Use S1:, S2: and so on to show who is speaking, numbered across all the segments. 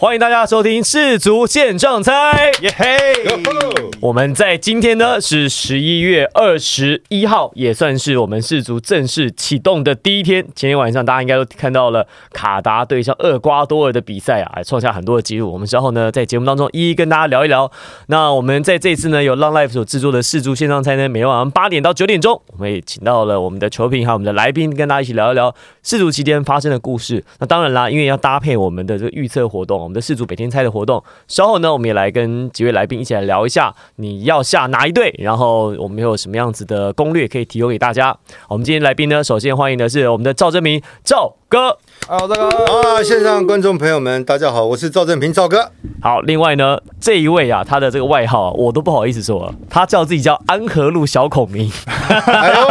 S1: 欢迎大家收听《世足现场猜》，耶嘿！我们在今天呢是十一月二十一号，也算是我们世足正式启动的第一天。前天晚上大家应该都看到了卡达对上厄瓜多尔的比赛啊，创下很多的记录。我们稍后呢在节目当中一一跟大家聊一聊。那我们在这一次呢有浪 life 所制作的世足现场猜呢，每天晚上八点到九点钟，我们也请到了我们的球评还有我们的来宾，跟大家一起聊一聊世足期间发生的故事。那当然啦，因为要搭配我们的这个预测活动，我们的世足北天猜的活动，稍后呢，我们也来跟几位来宾一起来聊一下，你要下哪一队，然后我们有什么样子的攻略可以提供给大家。我们今天来宾呢，首先欢迎的是我们的赵正明赵哥。
S2: 好，大哥啊，线上观众朋友们，大家好，我是赵正平，赵哥。
S1: 好，另外呢，这一位啊，他的这个外号、啊、我都不好意思说了，他叫自己叫安和路小孔明。
S2: 哎呦，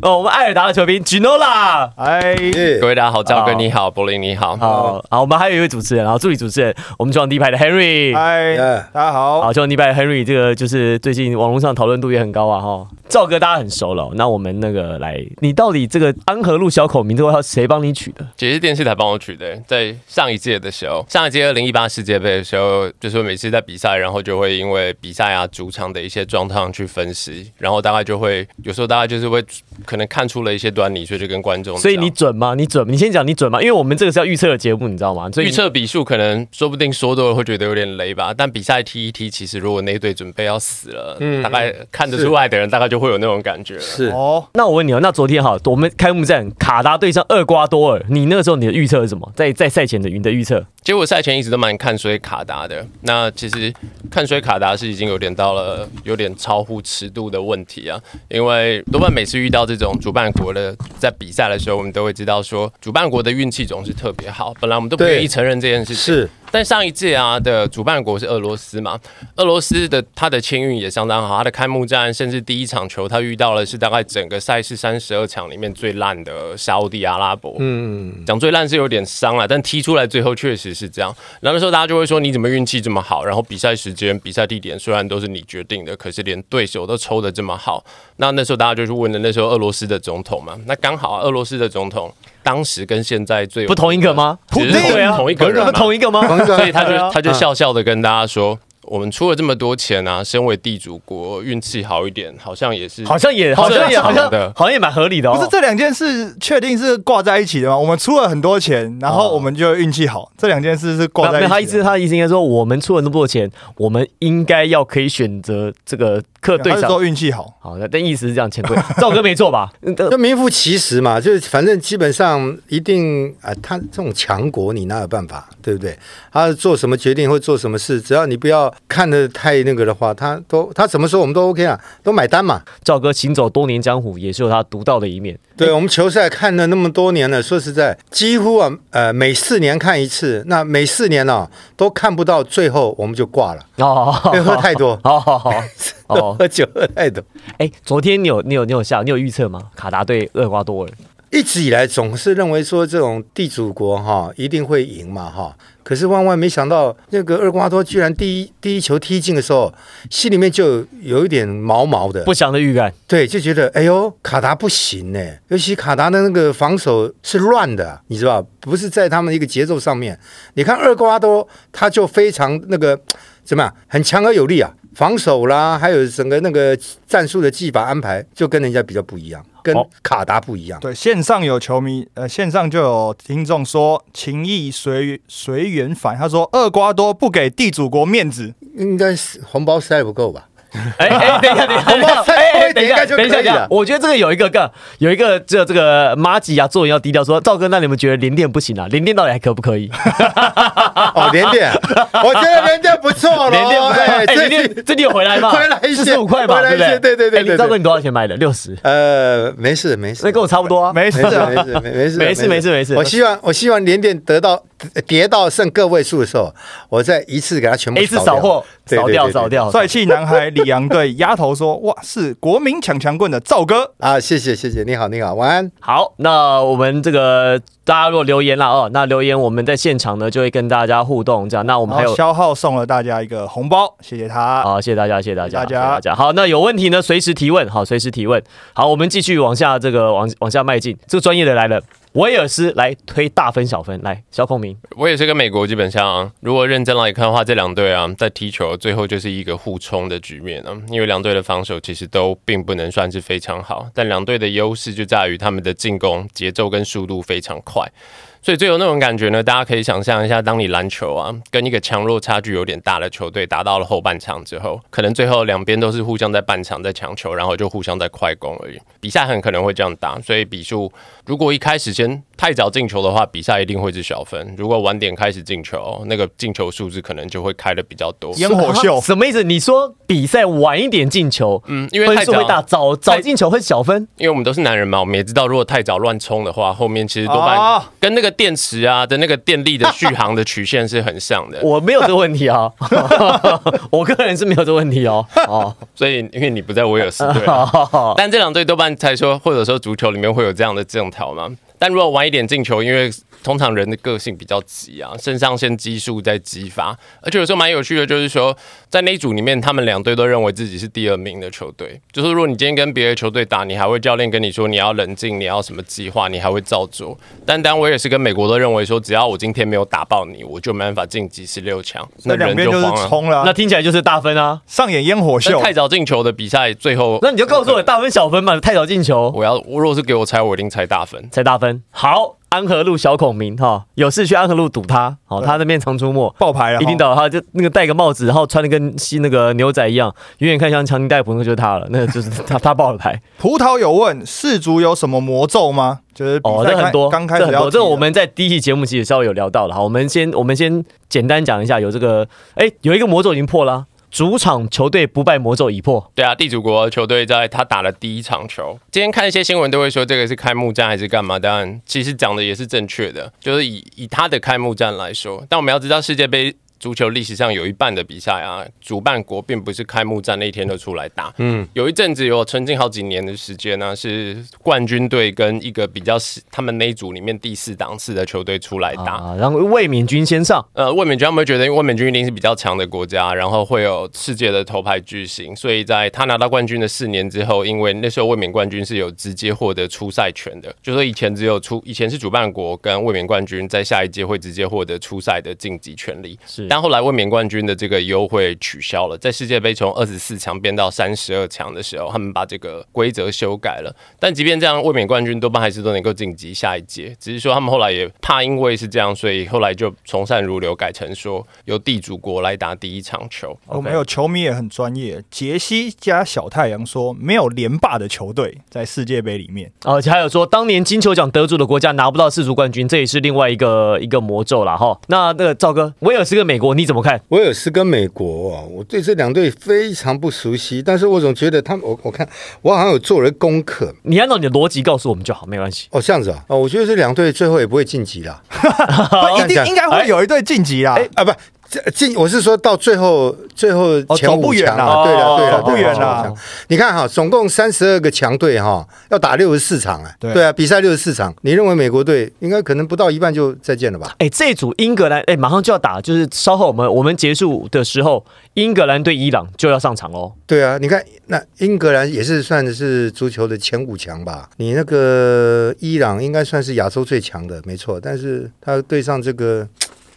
S1: 哦，我们艾尔达的球评 Ginola。
S3: 哎，
S2: 耶
S3: 各位大家好，赵哥
S1: 好
S3: 你好，柏林你好，
S1: 好，好，我们还有一位主持人，然后助理主持人，我们中央第一排的 Henry。
S3: 嗨
S2: 哎
S3: 大家好，
S1: 好，就你拜 Henry 这个就是最近网络上讨论度也很高啊哈。赵哥大家很熟了哦，那我们那个来，你到底这个安和路小口名这个外号谁帮你取的？
S3: 其实电视台帮我取的，在上一届的时候，上一届二零一八世界杯的时候，就是每次在比赛，然后就会因为比赛啊主场的一些状况去分析，然后大概就会有时候大概就是会可能看出了一些端倪，所以就跟观众讲，
S1: 所以你准吗？你准吗？你先讲你准吗？因为我们这个是要预测的节目，你知道吗？所以
S3: 预测比数可能说不定说多了会觉得有点雷吧，但比赛踢一踢，其实如果那一队准备要死了，
S1: 嗯
S3: 大概看得出来的人大概就会有那种感觉了。
S2: 是
S4: 哦，
S1: 那我问你哦，那昨天哈，我们开幕战卡达对上厄瓜多尔，你那个时候你的预测是什么？在在赛前的你的预测？
S3: 结果赛前一直都蛮看衰卡达的。那其实看衰卡达是已经有点到了有点超乎尺度的问题啊，因为多半每次遇到这种主办国的在比赛的时候，我们都会知道说主办国的运气总是特别好。本来我们都不
S2: 对
S3: 愿意承认这件事情，
S2: 是
S3: 但上一届啊的主办国是俄罗斯嘛，俄罗斯的他的签运也相当好，他的开幕战甚至第一场球他遇到的是大概整个赛事三十二强里面最烂的沙烏地阿拉伯。嗯，讲最烂是有点伤了，但踢出来最后确实是这样。然后那时候大家就会说你怎么运气这么好？然后比赛时间、比赛地点虽然都是你决定的，可是连对手都抽的这么好。那那时候大家就去问了那时候俄罗斯的总统嘛，那刚好、啊、俄罗斯的总统当时跟现在最有
S1: 不同一个吗？
S3: 只是
S1: 对啊，
S3: 同一个人
S1: 不
S3: 嘛
S1: 同一个吗？
S2: 同一个
S3: 所以 他
S1: 对啊
S3: 就他就笑笑的跟大家说。我们出了这么多钱啊，身为地主国，运气好一点，好像也是，
S1: 好像也好像也
S3: 正
S1: 好
S3: 常
S1: 像
S3: 的
S1: 好像也蛮合理的哦。
S4: 不是这两件事确定是挂在一起的吗？我们出了很多钱，然后我们就运气好，这两件事是挂在
S1: 哦没
S4: 一
S1: 有，
S4: 起啊
S1: 他
S4: 的。
S1: 意思他的意思应该说，我们出了那么多钱，我们应该要可以选择这个客
S4: 他
S1: 队
S4: 是
S1: 长。
S4: 说运气好，
S1: 好，那但意思是这样，前辈， 赵哥没错 吧？嗯
S2: 就名副其实嘛，就是反正基本上一定啊，他这种强国你哪有办法，对不对？他做什么决定或做什么事，只要你不要看的太那个的话，他都他怎么说我们都 OK 啊，都买单嘛。
S1: 赵哥行走多年江湖，也是有他独到的一 面。
S3: 哎
S2: 对我们球赛看了那么多年了，说实在，几乎啊，呃，每四年看一次，那每四年呢、都看不到最后，我们就挂了，
S1: 哦，，
S2: 因为喝太多
S1: 好好好，哦，
S2: 喝酒喝太多。
S1: 哎，昨天你有你有你有下你有预测吗？卡达对厄瓜多尔，
S2: 一直以来总是认为说这种地主国哈一定会赢嘛哈，可是万万没想到那个厄瓜多居然第一第一球踢进的时候，心里面就有一点毛毛的，
S1: 不祥的预 感。
S2: 对，就觉得哎呦卡达不行呢，尤其卡达的那个防守是乱的，你知道吧不是在他们一个节奏上面。你看厄瓜多他就非常那个怎么样，很强而有力啊，防守啦，还有整个那个战术的技法安排就跟人家比较不一样，跟
S1: 好
S2: 卡达不一样。
S4: 对，线上有球迷，呃，线上就有听众说情谊随随缘返，他说厄瓜多不给地主国面子，
S2: 应该是红包塞不够吧？
S1: 哎哎，等一下，等一下，等一下，哎哎，等一下，等一下，等一下，我觉得这个有一个更有一个这这个马吉啊，做人要低调。说赵哥，那你们觉得连电不行啊？连电到底还可不可以？
S2: 哦，连 电，我觉得连电不错了，
S1: 连电不错，哎，
S2: 最
S1: 连
S2: 近
S1: 电最近有回来吗？
S2: 回来一些
S1: 四十五块吧，对
S2: 回来一
S1: 不对？
S2: 些对对对
S1: 哎
S2: 对
S1: 你赵哥，
S2: 对
S1: 你多少钱买的？六十，
S2: 呃，没事没事，
S1: 那跟我差不多啊。
S4: 没
S2: 没
S4: 事
S2: 事
S4: 啊，
S2: 没事没没事
S1: 没事没事没事
S2: 我希望我希望连电得到跌到剩个位数的时候，我再一次给它全部
S1: 哎一次扫货，
S2: 对
S1: 扫
S2: 对
S1: 掉
S2: 对
S1: 扫
S2: 对
S1: 掉。
S4: 帅气男孩李阳对丫头说：“哇，是国民抢强棍的赵哥。
S2: 啊！谢谢谢谢，你好你好，晚安。
S1: 好，那我们这个大家如果留言了哦，那留言我们在现场呢就会跟大家互动，这样。那我”们还
S4: 然
S1: 有啊
S4: 后消耗送了大家一个红包，谢谢他。
S1: 好，谢谢大家，谢谢大家，
S4: 谢谢大家
S1: 谢谢大家。好，那有问题呢，随时提问，好，随时提问。好，我们继续往下这个往往下迈进。这个专业的来了，维尔斯来推大分小分，来小孔明，
S3: 我也是跟美国基本上，啊如果认真来看的话，这两队啊在踢球最后就是一个互冲的局面啊，因为两队的防守其实都并不能算是非常好，但两队的优势就在于他们的进攻节奏跟速度非常快。所以最有那种感觉呢，大家可以想象一下，当你篮球啊跟一个强弱差距有点大的球队打到了后半场之后，可能最后两边都是互相在半场在抢球，然后就互相在快攻而已。比赛很可能会这样打，所以比数如果一开始先太早进球的话，比赛一定会是小分；如果晚点开始进球，那个进球数字可能就会开的比较多。
S4: 烟火秀
S1: 啊什么意思？你说比赛晚一点进球，
S3: 嗯，因为
S1: 分
S3: 太
S1: 数
S3: 早
S1: 会大，早早进球会小分，
S3: 因为我们都是男人嘛，我们也知道，如果太早乱冲的话，后面其实多半
S4: 哦
S3: 跟那个电池啊的那个电力的续航的曲线是很像 的。
S1: 我没有这个问题 啊，我个人是没有这个问题哦。哦，
S3: 所以因为你不在威尔士队啊，
S1: 好
S3: 但这两队多半才说，或者说足球里面会有这样的正讨嘛。但如果晚一点进球，因为通常人的个性比较急啊，肾上腺激素在激发，而且有时候蛮有趣的，就是说在那一组里面，他们两队都认为自己是第二名的球队。就是如果你今天跟别的球队打，你还会教练跟你说你要冷静，你要什么计划，你还会照做。但当我也是跟美国都认为说，只要我今天没有打爆你，我就没办法晋级十六强，
S4: 那
S3: 那
S4: 两
S3: 人
S4: 边
S3: 就
S4: 就是
S3: 慌了。
S4: 冲了啊、
S1: 那听起来就是大分啊。
S4: 上演烟火
S3: 那
S4: 秀，
S3: 太早进球的比赛，最后
S1: 那你就告诉我大分小分嘛，太早进球
S3: 我要，我如果是给我猜，我一定猜大分。
S1: 才大分。好，安和路小孔明哈、有事去安和路堵他，好、他那边常出没。
S4: 爆牌了，
S1: 一定。到他就那个戴个帽子，然后穿的跟西那个牛仔一样，远远看像强尼戴普，那个就是他了，那个就是他他爆了牌。
S4: 葡萄有问世足有什么魔咒吗？就是比
S1: 哦，
S4: 赛
S1: 这很
S4: 开
S1: 多，
S4: 刚开
S1: 这
S4: 始
S1: 很
S4: 要
S1: 多，
S4: 踢
S1: 这我
S4: 了
S1: 们在第一期节目其实稍微有聊到了。好，我们先我们先简单讲一下，有这个，哎，有一个魔咒已经破了啊、主场球队不败魔咒已破。
S3: 对啊，地主国球队在他打了第一场球，今天看一些新闻都会说这个是开幕战还是干嘛，当然其实讲的也是正确的，就是以以他的开幕战来说，但我们要知道世界杯。足球历史上有一半的比赛啊，主办国并不是开幕战那一天就出来打。嗯，有一阵子有曾经好几年的时间呢、是冠军队跟一个比较是他们那一组里面第四档次的球队出来打。
S1: 啊，然后卫冕军先上，
S3: 呃，卫冕军他们会觉得，因为卫冕军一定是比较强的国家，然后会有世界的头牌巨星，所以在他拿到冠军的四年之后，因为那时候卫冕冠军是有直接获得出赛权的，就说以前只有出，以前是主办国跟卫冕冠军在下一届会直接获得出赛的晋级权利，
S1: 是
S3: 但后来卫冕冠军的这个优惠取消了，在世界杯从二十四强变到三十二强的时候，他们把这个规则修改了。但即便这样，卫冕冠军多半还是都能够晋级下一届，只是说他们后来也怕因为是这样，所以后来就从善如流，改成说由地主国来打第一场球。
S4: 我们有球迷也很专业，杰西加小太阳说，没有连霸的球队在世界杯里 面，
S1: 而哦且还有说，当年金球奖得主的国家拿不到世足冠军，这也是另外一个一个魔咒啦。哈。那那个赵哥，威尔士跟美国你怎么看？
S2: 威尔士跟美国啊，我对这两队非常不熟悉，但是我总觉得他们，我我看我好像有做了功课
S1: 你按照你的逻辑告诉我们就好，没关系。
S2: 哦，这样子啊，哦，我觉得这两队最后也不会晋级啦，
S4: 不
S1: 哦
S4: 一
S2: 这样
S4: 定应该会有一队晋级
S1: 哎
S4: 啦。
S2: 啊，不，这进我是说到最后最后
S4: 哦
S2: 前
S4: 走
S2: 五
S4: 不远
S2: 强啊
S4: 啦
S2: 对了对了，
S1: 走不
S2: 对
S1: 远
S2: 前五
S1: 啦
S2: 强你看哈，总共三十二个强队哈，要打六十四场哎，
S4: 对
S2: 对啊，比赛六十四场，你认为美国队应该可能不到一半就再见了吧？
S1: 哎，这一组英格兰，哎，马上就要打，就是稍后我们我们结束的时候，英格兰对伊朗就要上场喽。
S2: 对啊，你看那英格兰也是算是足球的前五强吧？你那个伊朗应该算是亚洲最强的，没错。但是他对上这个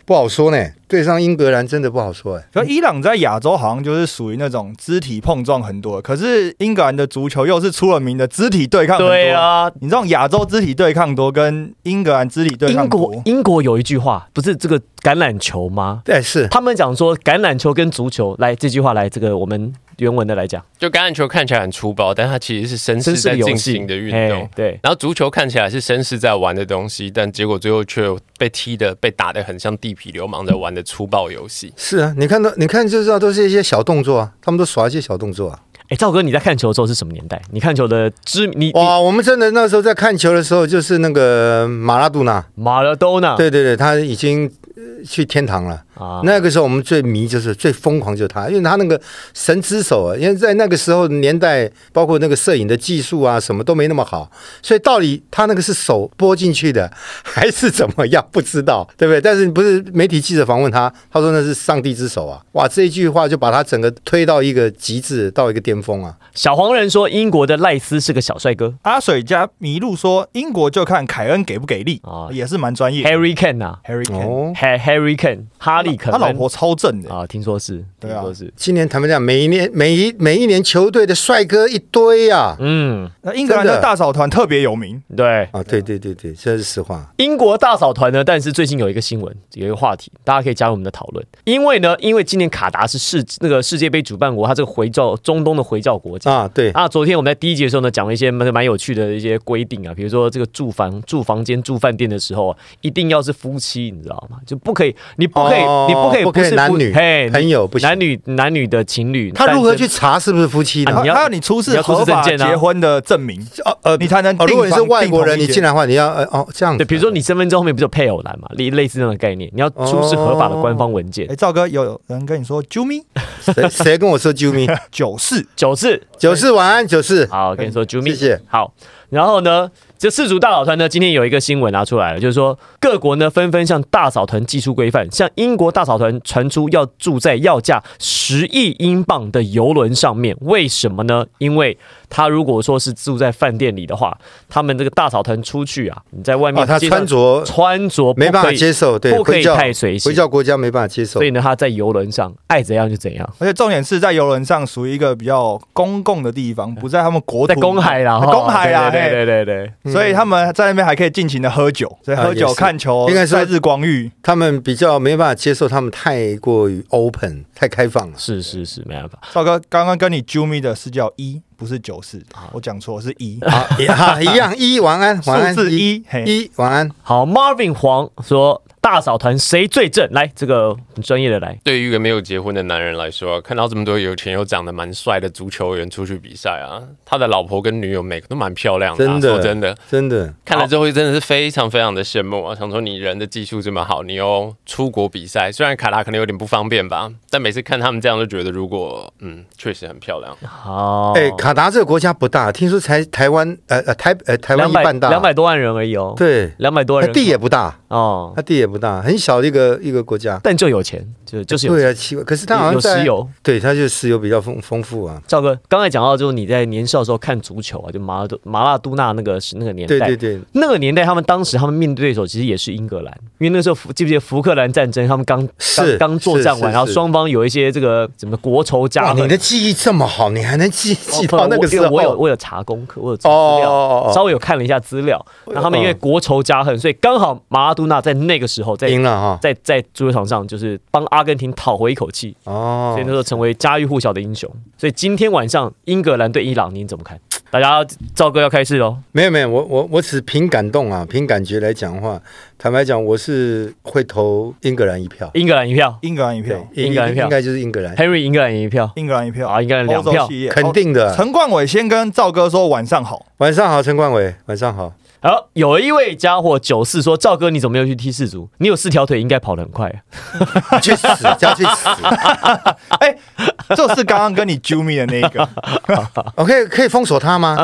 S2: 不好说呢，对上英格兰真的不好说哎。
S4: 可伊朗在亚洲好像就是属于那种肢体碰撞很多，可是英格兰的足球又是出了名的肢体对抗很多。
S1: 对，啊，
S4: 你这种亚洲肢体对抗多，跟英格兰肢体对
S1: 英
S4: 抗
S1: 国
S4: 多，
S1: 英国有一句话，不是这个橄榄球吗？
S2: 但是
S1: 他们讲说橄榄球跟足球，来这句话来这个我们原文的来讲，
S3: 就橄榄球看起来很粗暴，但它其实是绅士
S1: 绅士
S3: 在
S1: 的游
S3: 进
S1: 戏
S3: 行的运动
S1: 哎。对，
S3: 然后足球看起来是绅士在玩的东西，但结果最后却被踢的、被打的很像地痞流氓在玩的粗暴游戏。
S2: 是啊，你看到你看就知道都是一些小动作啊，他们都耍一些小动作啊。
S1: 哎，赵哥，你在看球的时候是什么年代？你看球的知你你
S2: 哇，我们真的那时候在看球的时候，就是那个马拉杜纳，
S1: 马拉多纳
S2: 对对对，他已经呃去天堂了。
S1: 啊
S2: 那个时候我们最迷就是最疯狂就是他，因为他那个神之手啊，因为在那个时候年代，包括那个摄影的技术啊，什么都没那么好，所以到底他那个是手拨进去的，还是怎么样不知道，对不对？但是不是媒体记者访问他，他说那是上帝之手啊，哇，这一句话就把他整个推到一个极致，到一个巅峰啊。
S1: 小黄人说英国的赖斯是个小帅哥
S4: 阿水加麋鹿说，英国就看凯恩给不给力
S1: 啊
S4: 也是蛮专业的。
S1: ，Harry Kane 啊
S4: Harry Kane，
S2: 哦，
S1: ，Harry Harry Kane，哈利肯
S4: 他
S1: 恩
S4: 老婆超正的，
S1: 啊，听说是，
S4: 对
S1: 听
S4: 啊
S1: 说是，
S2: 今年坦白讲，每一年每一每一年球队的帅哥一堆啊。
S1: 嗯，
S4: 那英格兰
S2: 真
S4: 的
S2: 的
S4: 大嫂团特别有名，
S1: 对，
S2: 啊，对对对对，这是实话。
S1: 英国大扫团呢，但是最近有一个新闻，有一个话题，大家可以加入我们的讨论。因为呢，因为今年卡达是世那个世界杯主办国，它这个回教中东的回教国家。
S2: 啊，对，
S1: 啊，昨天我们在第一节的时候呢，讲了一些蛮蛮有趣的一些规定啊，比如说这个住房、住房间、住饭店的时候啊，一定要是夫妻，你知道吗？就不可以，你不可以，
S2: 哦
S1: 你不可以
S2: 不可以
S1: 是夫
S2: 男女
S1: 嘿，
S2: 朋友不行
S1: 男女男女的情侣，
S2: 他如何
S1: 单身
S2: 去查是不是夫妻
S1: 啊
S2: 呢？
S1: 你要
S4: 还有你出
S1: 你
S4: 示
S1: 要出示
S4: 合法
S1: 证件啊
S4: 结婚的证明，
S2: 哦呃
S4: 你才能
S2: 哦，如果你
S4: 订
S2: 是
S4: 房
S2: 外国人，
S4: 订
S2: 你
S4: 同一间
S2: 进来的话，你要呃哦这样子。
S1: 对，比如说你身份证后面不是有配偶栏嘛，类类似那种概念，你要出示合法的官方文件。
S2: 哦
S4: 哎，赵哥，有人跟你说啾咪
S2: 谁谁跟我说啾咪？
S4: 九四，
S1: 九次，
S2: 九四晚安，九四。哦
S1: 好，我跟你说，朱密，
S2: 嗯谢谢。
S1: 好，然后呢，这四组大佬团呢，今天有一个新闻拿啊出来了，就是说各国呢纷纷向大嫂团技术规范，像英国大嫂团传出要住在要价十亿英镑的游轮上面，为什么呢？因为他如果说是住在饭店里的话，他们这个大嫂团出去啊，你在外面、
S2: 哦，他穿着
S1: 穿着不
S2: 没办
S1: 可
S2: 法
S1: 以
S2: 接受，对，
S1: 不可
S2: 回
S1: 以
S2: 教
S1: 太随性
S2: 回。教国家没办法接受
S1: 所。以呢，他在游轮上爱怎样就怎样，
S4: 而且重点是在游轮上属于一个比较公共的地方，不在他们国土
S1: 嗯在
S4: 里
S1: 公海 啦，哈
S4: 公海
S2: 啊
S4: 啦，
S1: 对
S4: 嘿
S1: 对对对对，
S4: 所以他们在那边还可以尽情的喝酒，所以
S2: 啊
S4: 喝
S2: 也
S4: 酒
S2: 是
S4: 看球，
S2: 应该说
S4: 在日光浴，
S2: 他们比较没办法接受，他们太过于 open，太开放 了。
S1: 是是是，没办法。
S4: 赵哥刚刚跟你啾咪的是叫一，不是九四，
S1: 啊
S4: 我讲错是一，
S2: 好，也好一样一晚安，啊 晚安
S4: 数字一嘿
S2: 一晚安。
S1: 好，Marvin 黄说大嫂团谁最正？来，这个很专业的来，
S3: 对于一个没有结婚的男人来说，看到这么多有钱又长得蛮帅的足球员出去比赛啊，他的老婆跟女友每个都蛮漂亮的、啊，
S2: 真的
S3: 说真的，
S2: 真的，
S3: 看了之后真的是非常非常的羡慕啊！想说你人的技术这么好，你又出国比赛，虽然卡拉可能有点不方便吧，但每次看他们这样就觉得，如果嗯，确实很漂亮。
S1: 好，
S2: 哎，卡达这个国家不大，听说才台湾呃呃台呃台湾
S1: 两
S2: 一
S1: 百
S2: 半大，
S1: 两百多万人而已哦，，
S2: 对，
S1: 两百多
S2: 它
S1: 万人
S2: 地也不大，
S1: 哦，
S2: 它地也不大，很小的一个一个国家。
S1: 但就有钱，就就是有
S2: 对
S1: 钱。
S2: 啊，奇怪，可是它好
S1: 有
S2: 像在
S1: 石油，
S2: 对，它就是石油比较丰丰富啊。
S1: 赵哥刚才讲到，就是你在年少的时候看足球啊，就麻都麻辣都纳那个是那个年代，
S2: 对对对，
S1: 那个年代他们当时他们面对对手其实也是英格兰，因为那时候福记不记得福克兰战争，他们刚刚
S2: 是
S1: 刚作战
S2: 是
S1: 完，
S2: 是
S1: 然后
S2: 是
S1: 双方有一些这个怎么国仇
S2: 哇，
S1: 家
S2: 你
S1: 恨
S2: 的。记忆这么好，你还能记记
S1: 哦
S2: 到那个时
S1: 因为
S2: 候？
S1: 我有我有查功课，我有查资料，
S2: 哦哦
S1: 稍
S2: 哦
S1: 微有看了一下资料，然后他们因为
S2: 嗯
S1: 国仇家恨，所以刚好马拉多纳在那个时候
S2: 哦，
S1: 在
S2: 赢了哈。
S1: 在在足球场上就是帮阿根廷讨回一口气，
S2: 哦
S1: 所以那，时候成为家喻户晓的英雄。所以今天晚上英格兰对伊朗，您怎么看？大家赵哥要开始喽，
S2: 没有没有，我我我只凭感动啊，凭感觉来讲的话，坦白讲，我是会投英格兰一票。
S1: 英格兰一票
S4: 英格兰一
S2: 对
S4: 票，，
S1: 英格兰一票
S2: 应该就是英格兰，
S1: ，Henry 英格兰一票，
S4: 英格兰一票
S1: 啊英格兰两
S4: 欧洲
S1: 票
S4: 系列
S2: 肯定
S4: 哦
S2: 的。
S4: 陈冠伟先跟赵哥说晚上好，
S2: 晚上好，陈冠伟，晚上 好。
S1: 好，有一位家伙九四说：“赵哥，你怎么没有去踢四足？你有四条腿，应该跑得很快。
S2: 去死，加去死。
S4: 哎，就是刚刚跟你啾咪的那一个，
S2: OK，可以哦封锁他吗？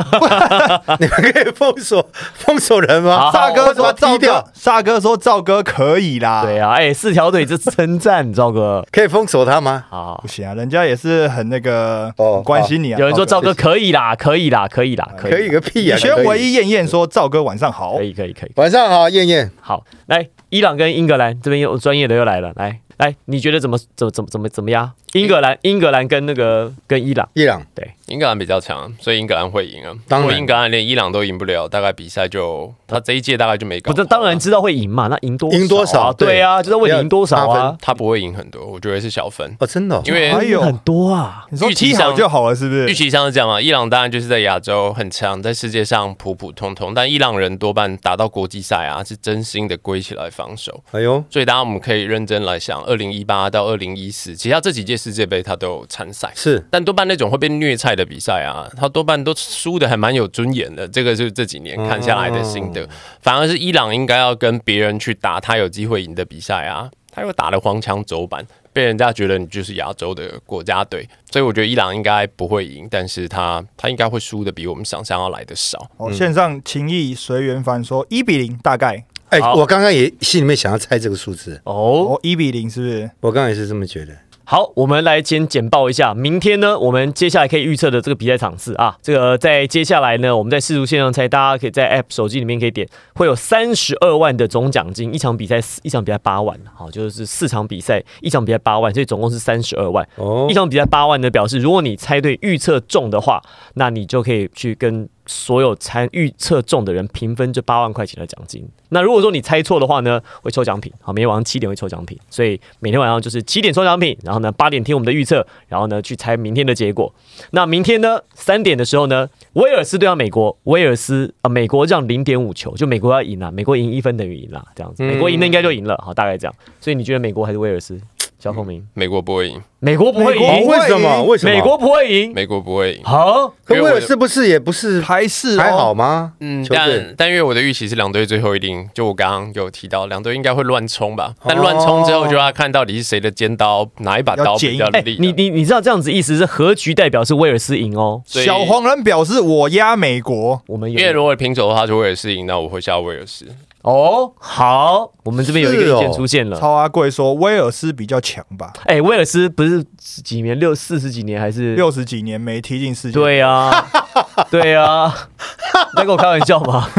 S2: 你们可以封锁封锁人吗？
S4: 沙哥
S2: 我
S4: 说
S2: 把他
S4: 赵
S2: 踢掉
S4: 哥，，沙哥说赵哥可以啦，
S1: 对啊，哎、四条腿这称赞，赵哥。
S2: 可以封锁他吗？
S1: 好
S4: 不，行啊，人家也是很那个
S2: 哦
S4: 关心 你啊。
S1: 有人说赵
S4: 赵
S1: 哥可以啦，可以啦，可以啦，
S2: 可以
S1: 以啦，
S2: 个屁
S4: 以
S2: 啊！
S4: 前
S2: 可以
S4: 唯一燕燕说赵哥晚上好
S1: 可，以，可以，可以。
S2: 晚上好，燕燕。
S1: 好，来，伊朗跟英格兰这边有专业的又来了，来来，你觉得怎么怎么怎么怎么怎么样？英格兰，英格兰跟那个跟伊朗，
S2: 伊朗
S3: 英格兰比较强，所以英格兰会赢啊。
S2: 当然
S3: 如果英格兰连伊朗都赢不了，大概比赛就他这一届大概就没搞。啊
S1: 不是当然，知道会赢嘛，那赢多
S2: 赢多少
S1: 啊对啊，
S2: 对
S1: 就是问赢多少
S2: 要
S1: 啊，
S3: 他不会赢很多，我觉得是小分，
S2: 哦，真的哦
S3: 因为
S4: 哎呦
S1: 很多啊，
S4: 你说踢好就好了，是不
S3: 预
S4: 是？
S3: 期上是这样嘛，伊朗当然就是在亚洲很强，在世界上普普通通，但伊朗人多半打到国际赛啊，是真心的归起来防守。
S2: 哎呦，
S3: 所以大家我们可以认真来想，二零一八到二零一四，其实他这几届世界杯他都有参赛，
S2: 是
S3: 但多半那种会被虐菜的比赛啊，他多半都输的还蛮有尊严的，这个是这几年看下来的心得。反而是伊朗应该要跟别人去打他有机会赢的比赛啊。他又打了黄腔走板，被人家觉得你就是亚洲的国家队，所以我觉得伊朗应该不会赢，但是他他应该会输的比我们想象要来的少。
S2: 嗯
S4: 哦，线上情谊随缘凡说一比零大概，
S2: 哎、
S1: 好
S2: 我刚刚也心里面想要猜这个数字，
S1: 哦，
S4: 哦一比零是不是？
S2: 我刚刚也是这么觉得。
S1: 好，我们来先简报一下，明天呢，我们接下来可以预测的这个比赛场次啊，这个在接下来呢，我们在世足线上猜，大家可以在 App 手机里面可以点，会有三十二万的总奖金，一场比赛四一场比赛八万，好，就是四场比赛一场比赛八万，所以总共是三十二万。
S2: 哦
S1: 一，场比赛八万呢，表示如果你猜对预测中的话，那你就可以去跟所有参预测中的人平分这八万块钱的奖金。那如果说你猜错的话呢，会抽奖品。好，每天晚上七点会抽奖品，所以每天晚上就是七点抽奖品，然后呢八点听我们的预测，然后呢去猜明天的结果。那明天呢三点的时候呢，威尔斯对到美国，威尔斯啊、呃美国让零点五球，就美国要赢了，美国赢一分等于赢了，这样子，美国赢了应该就赢了，好，大概这样。所以你觉得美国还是威尔斯？小孔明，
S3: 美国不会赢，
S1: 美国不会
S4: 美国
S1: 赢
S2: 哦，为什么？为什么？
S1: 美国不会赢。
S3: 美国不会赢。
S1: 好，
S2: 可威尔士不是也不是
S4: 还是哦
S2: 还好吗？
S3: 嗯，
S2: 球队
S3: 但但因为我的预期是两队最后一定，就我刚刚有提到，两队应该会乱冲吧。但
S2: 哦
S3: 乱冲之后就要看到底是谁的尖刀，哪一把刀比较啊
S4: 要
S1: 哎、
S3: 利。
S1: 你你你知道这样子意思是和局代表是威尔斯赢哦。
S3: 所以
S4: 小黄人表示我压美国，
S1: 我们
S3: 因为
S1: 有
S3: 如果平手的话，就威尔士赢，那我会下威尔士。
S1: 哦，好，我们这边有一个意见出现了。
S4: 超阿贵说威尔斯比较强吧，
S1: 哎、威尔斯不是几年六四十几年还是？
S4: 六十几年没踢进世界，，
S1: 对啊，对啊，你在跟我开玩笑吗？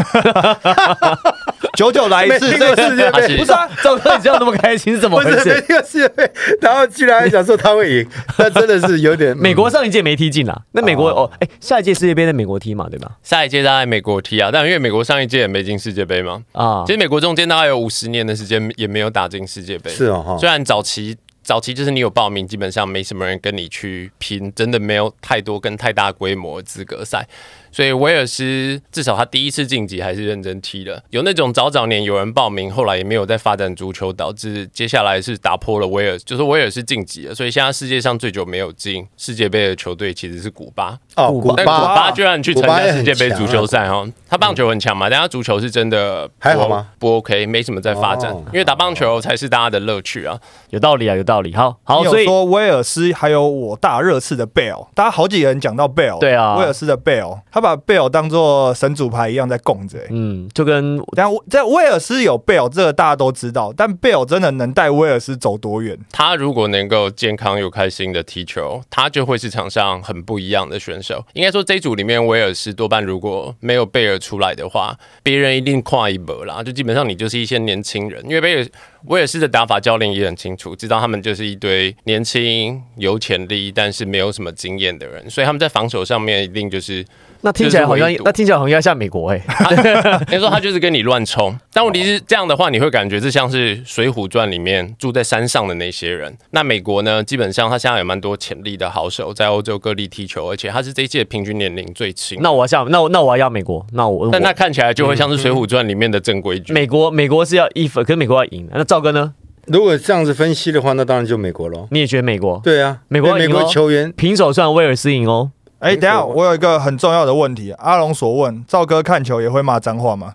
S4: 久久来一
S2: 没
S4: 次，
S2: 听过世界
S3: 他其
S1: 不
S2: 杯，
S3: 实
S1: 是啊，赵哥，你这样那么开心是怎么
S2: 不
S1: 回
S2: 是没
S1: 事？
S2: 听过世界杯，然后居然还想说他会赢，那真的是有点
S1: 美国上一届没踢进啊，那美国哦，哎、下一届世界杯在美国踢嘛，对吧？
S3: 下一届大概美国踢啊，但因为美国上一届也没进世界杯嘛，
S1: 啊
S3: 其，实美国中间大概有五十年的时间也没有打进世界杯。
S1: 啊
S2: 是哦哈
S3: 虽然早期早期就是你有报名，基本上没什么人跟你去拼，真的没有太多跟太大规模的资格赛。所以威尔斯至少他第一次晋级还是认真踢的。有那种早早年有人报名，后来也没有在发展足球，导致接下来是打破了威尔，就是威尔斯晋级了。所以现在世界上最久没有进世界杯的球队其实是古巴。
S2: 哦，
S1: 古
S2: 古
S3: 但古
S2: 巴
S3: 巴居然去参
S2: 古巴
S3: 加
S2: 也
S3: 世
S2: 很
S3: 界杯
S2: 强
S3: 足
S2: 啊
S3: 球赛哈，他棒球很强嘛，但他足球是真的
S2: 嗯还好
S3: 不
S2: 吗？
S3: 不 OK，没什么在发展
S2: 哦，
S3: 因为打棒球才是大家的乐趣啊。
S1: 有道理啊，有道理。好，好，
S4: 你
S1: 所
S4: 有
S1: 以
S4: 说威尔斯还有我大热刺的贝尔，大家好几个人讲到贝尔，
S1: 对啊
S4: 威尔斯的贝尔，他把贝尔当做神主牌一样在供着、欸。
S1: 嗯，就跟
S4: 但在威尔斯有贝尔，这个大家都知道，但贝尔真的能带威尔斯走多远？
S3: 他如果能够健康又开心的踢球，他就会是场上很不一样的选手。应该说这一组里面，威尔士多半如果没有贝尔出来的话，别人一定跨一步啦。就基本上你就是一些年轻人，因为贝尔威尔士的打法教练也很清楚，知道他们就是一堆年轻有潜力，但是没有什么经验的人，所以他们在防守上面一定就是
S1: 那听起来好像
S3: 就是唯独
S1: 那听起来好像要下美国哎、
S3: 那时候他就是跟你乱冲，但问题是这样的话，你会感觉这像是《水浒传》里面住在山上的那些人。那美国呢，基本上他现在有蛮多潜力的好手在欧洲各地踢球，而且他是这一届平均年龄最轻。
S1: 那我要下那我那我要要美国，那我
S3: 但
S1: 我
S3: 那看起来就会像是《水浒传》里面的正规军。
S1: 美国美国是要一分，可是美国要赢。那赵哥呢？
S2: 如果这样子分析的话，那当然就美国喽。
S1: 你也觉得美国
S2: 对啊，
S1: 美国
S2: 因为
S1: 赢
S2: 美
S1: 哦
S2: 国球 员
S1: 平手算威尔斯赢哦？
S4: 哎、
S2: 没错
S4: 等一下，我有一个很重要的问题，阿龙所问，赵哥看球也会骂脏话吗？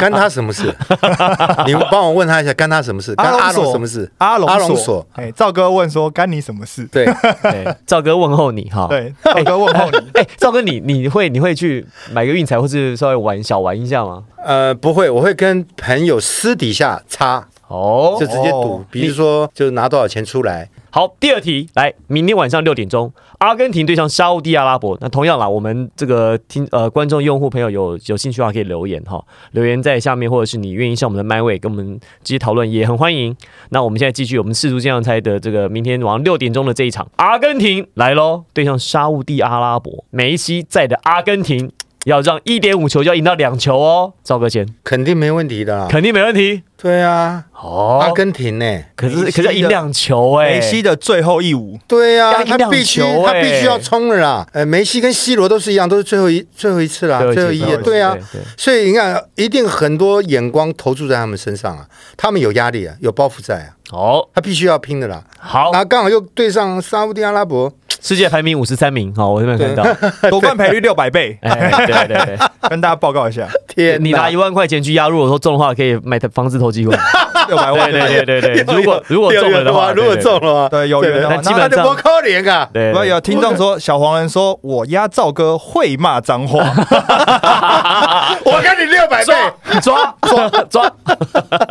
S2: 干他什么 事？你们帮我问他一下，干他什么事？干阿
S4: 所
S2: 龙什么事？
S4: 阿龙
S2: 阿龙
S4: 所
S2: 所，
S4: 哎、赵哥问说干你什么事？
S2: 对，
S1: 对，赵哥问候你哈。，
S4: 对，赵哥问候你，
S1: 哎、赵哥你你会你会去买个运彩，或是稍微玩小玩一下吗？
S2: 呃，不会，我会跟朋友私底下擦，
S1: 哦
S2: 就，直接赌
S4: 哦，
S2: 比如说就拿多少钱出来。
S1: 好，第二题，来，明天晚上六点钟，阿根廷对上沙烏地阿拉伯。那同样啦，我们这个听呃观众用户朋友有有兴趣的话，可以留言哈，留言在下面，或者是你愿意上我们的麦位跟我们直接讨论，也很欢迎。那我们现在继续我们世足这样猜的这个明天晚上六点钟的这一场，阿根廷来喽，对上沙烏地阿拉伯，梅西在的阿根廷。要让一点五球就要赢到两球哦，赵哥先
S2: 肯定没问题的啦。
S1: 肯定没问题
S2: 对啊，阿
S1: 哦。
S2: 根廷呢？
S1: 可是
S4: 梅西
S1: 可
S4: 的
S1: 是要赢两球哎、
S4: 梅西的最后一舞，
S2: 对
S1: 要
S2: 啊，
S1: 赢
S2: 他
S1: 两
S2: 必须
S1: 球
S2: 他
S1: 欸
S2: 必须要冲了啦。呃，梅西跟 C 罗都是一样，都是最后一最后一次啦，最后一
S1: 页
S2: 页。对啊，
S1: 对
S2: 所以你看，一定很多眼光投注在他们身上啊，他们有压力啊，有包袱在啊，
S1: 好
S2: 他必须要拼的啦。
S1: 好
S2: 然后刚好又对上沙烏地阿拉伯，
S1: 世界排名五十三名，好，我这边有看到，
S4: 夺冠赔率六百倍，
S1: 哎，对对对。
S4: 跟大家报告一下，
S2: 天哪，
S1: 你拿一万块钱去押，如果说中的话，可以买房子投机 款。
S4: 六百
S1: 对
S4: 万。
S1: 对对对哎对，如果
S2: 有
S1: 如果
S2: 有
S1: 中
S2: 有
S1: 了的话，
S2: 如果中了，
S4: 对有缘的话
S1: 那基本
S2: 那就
S1: 上
S2: 不可怜啊。
S1: 对，
S4: 不
S1: 对
S4: 过有听众说，小黄人说我压赵哥会骂 脏话，
S2: 我跟你六
S1: 哎
S2: 百
S1: 抓
S2: 倍，
S1: 抓抓抓，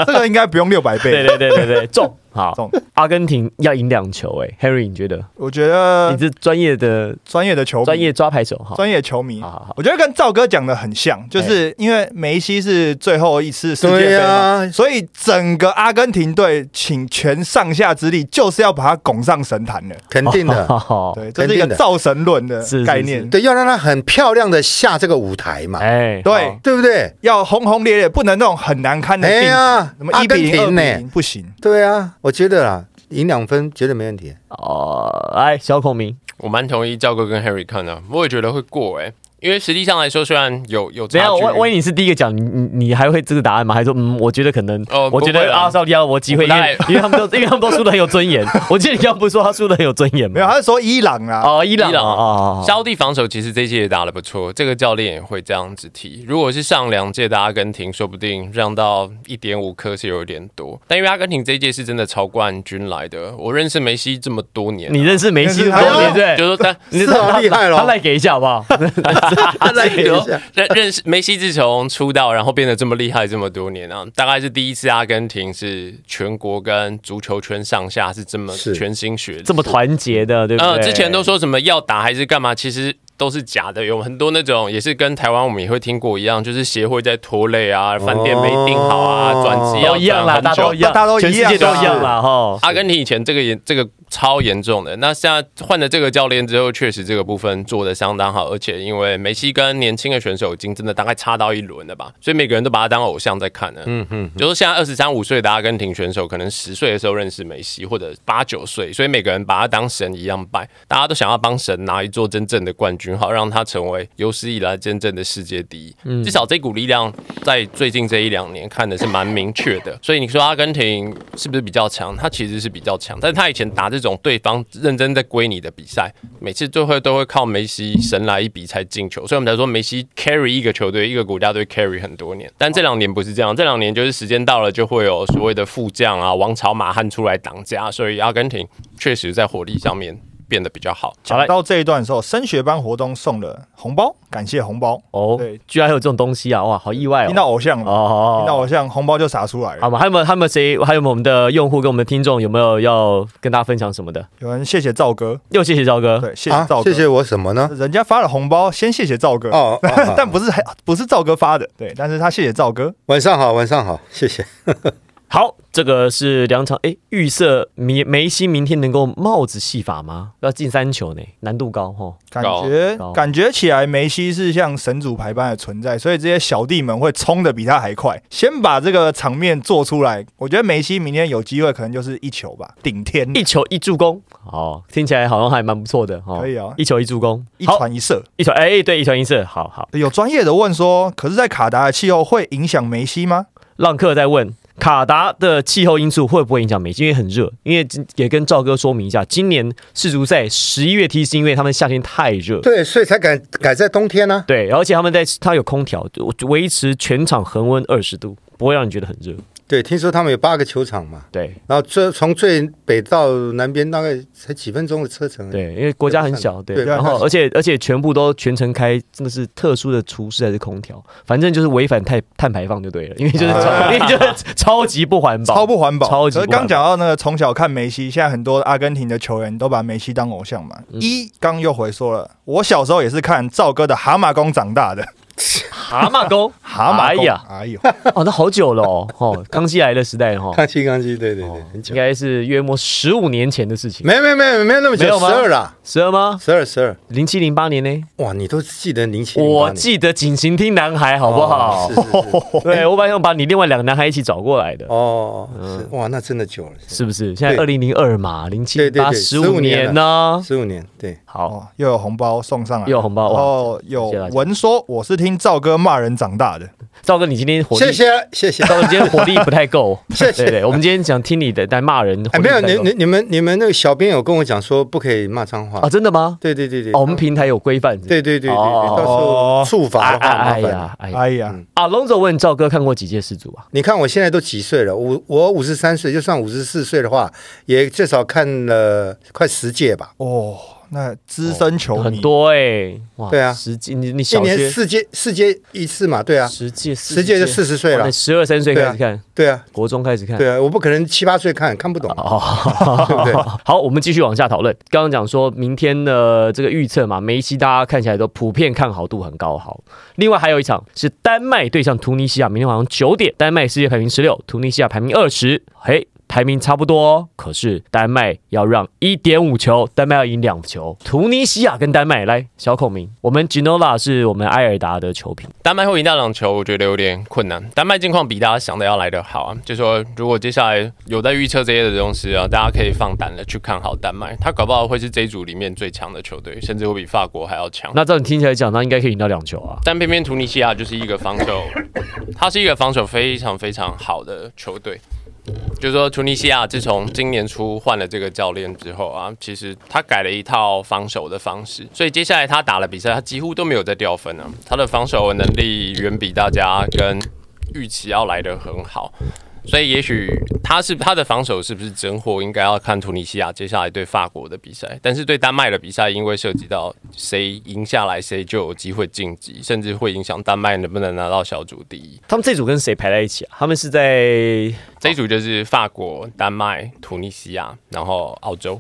S4: 这个应该不用六百倍。
S1: 对对对对对，中好
S4: 中。
S1: 阿根廷要赢两球，哎，Harry，你觉得？
S4: 我觉
S1: 你
S2: 呃
S4: 得
S1: 是专业的
S4: 专业的球迷
S1: 专业抓牌手哈，
S4: 专业球迷
S1: 好好哎好，
S4: 我觉得跟赵哥讲的很像，就是因为梅西是最后一次世界
S2: 对
S4: 杯嘛，
S2: 啊
S4: 所以整个阿根廷队倾全上下之力，就是要把他拱上神坛了。
S2: 肯定的，
S1: 好，
S4: 对，这是
S2: 肯
S4: 一
S2: 定
S4: 个
S2: 的
S4: 造神论的
S1: 是是
S4: 概念，
S2: 对，要让他很漂亮的下这个舞台嘛，
S1: 哎，
S4: 对，
S2: 对不对？
S4: 要轰轰烈烈，不能那种很难堪的
S2: 哎
S4: 定
S2: 呀
S4: 什么一比零、
S2: 阿根
S4: 二
S2: 廷
S4: 比
S2: 呢
S4: 零不行。
S2: 对啊，我觉得啊，赢两分绝对没问题。
S1: 哦，来，小孔明，
S3: 我蛮同意赵哥跟 Harry 看的，我也觉得会过哎、因为实际上来说，虽然有有
S1: 怎
S3: 差
S1: 样？
S3: 距，
S1: 万万一你是第一个讲，你你你还会这个答案吗？还是说，嗯，我觉得可能，
S3: 哦
S1: 我觉
S3: 不会
S1: 得啊
S3: 啦
S1: 阿少利亚我机会，因
S3: 我不太
S1: 为因为他们都因为他们都输的很有尊 严。我记得你刚刚不是说他输的很有尊严吗？
S4: 没有，他是说伊朗啊，
S1: 哦，伊朗
S3: 伊朗
S1: 哦，哦
S3: 沙地防守其实这届也打得不错，这个教练也会这样子踢。如果是上两届的阿根廷，说不定让到一点五颗是有一点多，但因为阿根廷这一届是真的朝冠军来的。我认识梅西这么多年、
S1: 你认识梅西这么多年对
S3: 就
S1: 不对？
S3: 是说他
S1: 你知
S2: 是
S1: 道
S2: 好
S4: 啊
S1: 他
S2: 厉害咯
S1: 他来给一下好不 好？
S2: 他来
S3: 比如认认识梅西，自从出道然后变得这么厉害这么多年啊，大概是第一次阿根廷是全国跟足球圈上下是这么
S2: 是
S3: 全心学力，
S1: 这么团结的，对不
S3: 呃，
S1: 对？
S3: 之前都说什么要打还是干嘛，其实都是假的。有很多那种也是跟台湾我们也会听过一样，就是协会在拖累啊，饭店没订好啊，
S2: 哦
S3: 转机要
S1: 哦都一样啦，
S3: 转
S1: 大
S3: 很
S1: 家
S3: 久
S1: 都一样，
S4: 大家都一
S1: 全
S4: 样啊
S1: 世界都一样啦，哈。
S3: 阿根廷以前这个严这个超严重的，那现在换了这个教练之后，确实这个部分做的相当好，而且因为梅西跟年轻的选手已经真的大概差到一轮了吧，所以每个人都把他当偶像在看呢。嗯嗯，就是现在二十三五岁的阿根廷选手，可能十岁的时候认识梅西，或者八九岁，所以每个人把他当神一样拜，大家都想要帮神拿一座真正的冠军，好让他成为有史以来真正的世界第一。至少这股力量在最近这一两年看的是蛮明确的，所以你说阿根廷是不是比较强？他其实是比较强，但是他以前打这种对方认真在归你的比赛，每次最后都会靠梅西神来一笔才进球，所以我们才说梅西 carry 一个球队、一个国家队 carry 很多年。但这两年不是这样，这两年就是时间到了就会有所谓的副将啊、王朝马汉出来挡架，所以阿根廷确实在火力上面变得比较好。
S1: 好了
S4: 讲，到这一段的时候，升学班活动送了红包，感谢红包，
S1: 哦
S4: 对，
S1: 居然还有这种东西啊！哇，好意外哦。
S4: 听到偶像了，听到
S1: 哦，
S4: 偶像红包就撒出来了
S1: 好。嘛，还有没有？还有没有谁？还有没有我们的用户跟我们的听众有没有要跟大家分享什么的？
S4: 有人谢谢赵哥，
S1: 又谢谢赵哥。
S4: 对，谢谢
S2: 啊
S4: 赵！哥，
S2: 谢谢我什么呢？
S4: 人家发了红包，先谢谢赵哥。
S2: 哦， 哦哦
S4: 但不是还不是赵哥发的，对，但是他谢谢赵哥，
S2: 晚上好，晚上好，谢谢。
S1: 好，这个是两场。哎，预设梅梅西明天能够帽子戏法吗？要进三球呢，难度高哦。
S4: 感觉
S1: 高
S4: 感觉起来梅西是像神主牌般的存在，所以这些小弟们会冲的比他还快，先把这个场面做出来。我觉得梅西明天有机会可能就是一球吧，顶天
S1: 一球一助攻，哦，听起来好像还蛮不错的哦。
S4: 可以啊
S1: 一球一助攻，
S4: 一
S1: 好，
S4: 传一射。
S1: 一球，哎、对，一传一射，好好。
S4: 有专业的问说，可是，在卡达的气候会影响梅西吗？
S1: 浪客在问卡达的气候因素会不会影响美西，因为很热。因为今也跟赵哥说明一下，今年世足赛十一月踢是因为他们夏天太热。
S2: 对，所以才改改在冬天啊呢。
S1: 对，而且他们在它有空调，维持全场恒温二十度，不会让你觉得很热。
S2: 对，听说他们有八个球场嘛，
S1: 对
S2: 然后最从最北到南边大概才几分钟的车程。，
S1: 对，因为国家很小，对，
S2: 对
S1: 然后而且而且全部都全程开，真的是特殊的厨师还是空调，反正就是违反碳碳排放就对了，因为就是超 因为就是超级不环保，
S4: 超不环保，
S1: 超级
S4: 可
S1: 不
S4: 是
S1: 环保
S4: 刚讲到那个从小看梅西，现在很多阿根廷的球员都把梅西当偶像嘛。
S1: 嗯
S4: 一刚又回说了，我小时候也是看赵哥的《蛤蟆功》长大的，
S1: 蛤蟆功，
S4: 蛤蟆功
S1: 哎呀，
S4: 哎呦，
S1: 哦，那好久了哦，哦，康熙来了时代哦，
S2: 康熙，康熙，对对对， 很
S1: 应
S2: 久。
S1: 该是约莫十五年前的事情，
S2: 没有没有没有没有那么久
S1: 没有，
S2: 十
S1: 吗
S2: 二啦，
S1: 十二吗？
S2: 十二十二。
S1: 零七零八年呢？
S2: 哇，你都记得零七
S1: 我记得《警行厅男孩》好不好？
S2: 哦是是 是
S1: 对，我本来想把你另外两个男孩一起找过来的，
S2: 哦，
S1: 嗯
S2: 是哇，那真的久了，
S1: 是不是？现在二
S2: 对
S1: 零零二嘛，零七
S2: 对对
S1: 八
S2: 对
S1: 十五
S2: 15年了
S1: 年呢。
S2: 十五年，对，
S1: 好，
S4: 哦，又有红包送上来，
S1: 又有红包哇
S4: 哦，有
S1: 谢谢大家
S4: 文说我是听赵哥骂人长大的，
S1: 赵哥，你今天火力，
S2: 谢谢谢谢。啊
S1: 赵哥，你今天 火力不太够。
S2: 谢谢
S1: 对对，我们今天想听你的，但骂人
S2: 哎，
S1: 火力
S2: 没
S1: 不
S2: 有，
S1: 太
S2: 你
S1: 够
S2: 你你们你们那个小编有跟我讲说不可以骂脏话
S1: 啊，。真的吗？
S2: 对对对对，
S1: 哦，我们平台有规范。
S2: 对对对对，
S1: 哦
S2: 到时候处罚
S1: 哎
S2: 的话麻
S1: 哎
S2: 烦了。
S1: 呀，哎呀，
S4: 哎呀，
S1: 啊，龙总问赵哥看过几届世足啊？
S2: 你看我现在都几岁了？我我五十三岁，就算五十四岁的话，也至少看了快十届吧。
S4: 哦，那资深球迷
S1: 哦很，多哎，哇，
S2: 对啊
S1: 十届你你
S2: 一
S1: 小
S2: 年
S1: 学
S2: 四届四届一次嘛，对啊，
S1: 十届哦四
S2: 十届就四十岁了，
S1: 十二三岁
S2: 对啊
S1: 开始看，
S2: 对啊，
S1: 国中开始看。
S2: 对啊，我不可能七八岁看看不懂，
S1: 嗯哦，
S2: 对不对？
S1: 好，我们继续往下讨论。刚刚讲说明天的这个预测嘛，梅西大家看起来都普遍看好度很高。好，另外还有一场是丹麦对上突尼西亚，明天晚上九点，丹麦世界排名十六，突尼西亚排名二十，嘿。排名差不多、哦，可是丹麦要让一点五球，丹麦要赢两球。突尼西亚跟丹麦来，小孔明，我们 Ginola 是我们埃尔达的球评，
S3: 丹麦会赢到两球，我觉得有点困难。丹麦近况比大家想的要来得好啊，就说如果接下来有在预测这些的东西啊，大家可以放胆的去看好丹麦，他搞不好会是这一组里面最强的球队，甚至会比法国还要强。
S1: 那照你听起来讲，他应该可以赢到两球啊。
S3: 但偏偏突尼西亚就是一个防守，它是一个防守非常非常好的球队。就是说，突尼西亚自从今年初换了这个教练之后啊，其实他改了一套防守的方式，所以接下来他打了比赛，他几乎都没有在掉分啊。他的防守能力远比大家跟预期要来得很好，所以也许他是他的防守是不是真货，应该要看突尼西亚接下来对法国的比赛。但是对丹麦的比赛，因为涉及到谁赢下来，谁就有机会晋级，甚至会影响丹麦能不能拿到小组第一。
S1: 他们这组跟谁排在一起啊？他们是在
S3: 这一组就是法国、丹麦、突尼西亚，然后澳洲。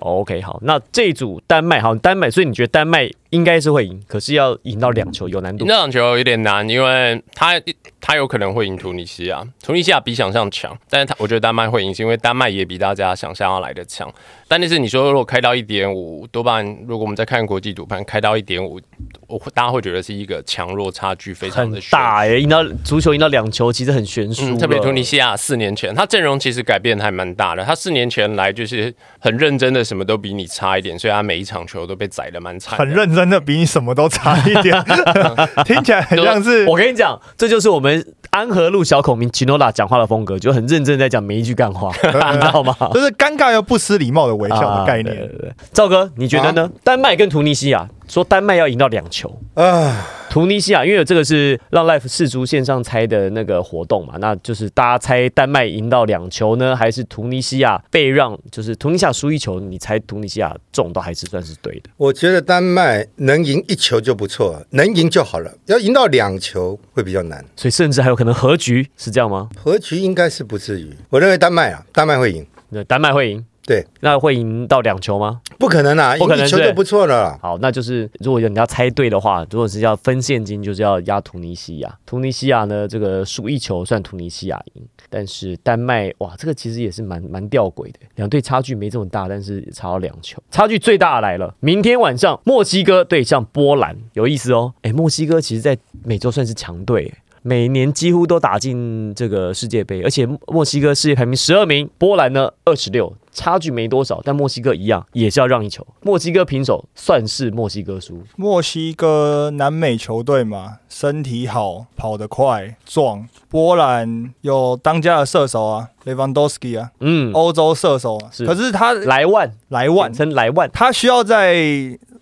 S1: 哦 OK，好，那这一组丹麦，好，丹麦，所以你觉得丹麦应该是会赢，可是要赢到两球有难度。
S3: 嗯那场球有点难，因为他他有可能会赢突尼西亚，突尼西亚比想象强，但是他我觉得丹麦会赢，是因为丹麦也比大家想象要来的强。但是你说如果开到一点五，多半如果我们在看国际赌盘，开到一点五，我会大家会觉得是一个强弱差距非常
S1: 很
S3: 的悬殊
S1: 大哎、赢到足球赢到两球，其实很悬殊了、
S3: 嗯，特别突尼西亚四年前，他阵容其实改变还蛮大的。他四年前来就是很认真的，什么都比你差一点，所以他每一场球都被宰的蛮惨的。
S4: 很认真的比你什么都差一 点， 听起来很像是
S1: 我跟你讲，这就是我们安和路小孔明 Chinola 讲话的风格，就很认真在讲每一句干 话，你知道吗？
S4: 就是尴尬又不失礼貌的微笑的概
S1: 啊对
S4: 念。
S1: 对对赵哥，你觉得呢？
S3: 啊
S1: 丹麦跟突尼西亚，说丹麦要赢到两球，
S2: 啊，
S1: 突尼西亚，因为这个是让 Life 世足线上猜的那个活动嘛，那就是大家猜丹麦赢到两球呢，还是突尼西亚被让，就是突尼西亚输一球，你猜突尼西亚中到还是算是对的。
S2: 我觉得丹麦能赢一球就不错，能赢就好了，要赢到两球会比较难。
S1: 所以甚至还有可能和局，是这样吗？
S2: 和局应该是不至于，我认为丹麦啊，丹麦会赢，
S1: 那丹麦会赢，
S2: 对，
S1: 那会赢到两球吗？
S2: 不可能啊，
S1: 不可
S2: 赢
S1: 能
S2: 一球
S1: 对
S2: 就不错了啦。
S1: 好，那就是如果你要猜对的话，如果是要分现金，就是要压突尼西亚。突尼西亚呢，这个输一球算突尼西亚赢，但是丹麦哇，这个其实也是蛮蛮吊诡的，两队差距没这么大，但是差到两球，差距最大的来了。明天晚上墨西哥对上波兰，有意思哦。哎，墨西哥其实在美洲算是强队。诶每年几乎都打进这个世界杯，而且墨西哥世界排名十二名，波兰呢二十六，差距没多少，但墨西哥一样也是要让一球，墨西哥平手算是墨西哥输，
S4: 墨西哥南美球队嘛，身体好，跑得快，壮。波兰有当家的射手啊，Lewandowski 啊，
S1: 嗯，
S4: 欧洲射手啊。
S1: 是
S4: 可是他
S1: 莱万，
S4: 莱
S1: 万
S4: 万，
S1: 称莱万，
S4: 他需要在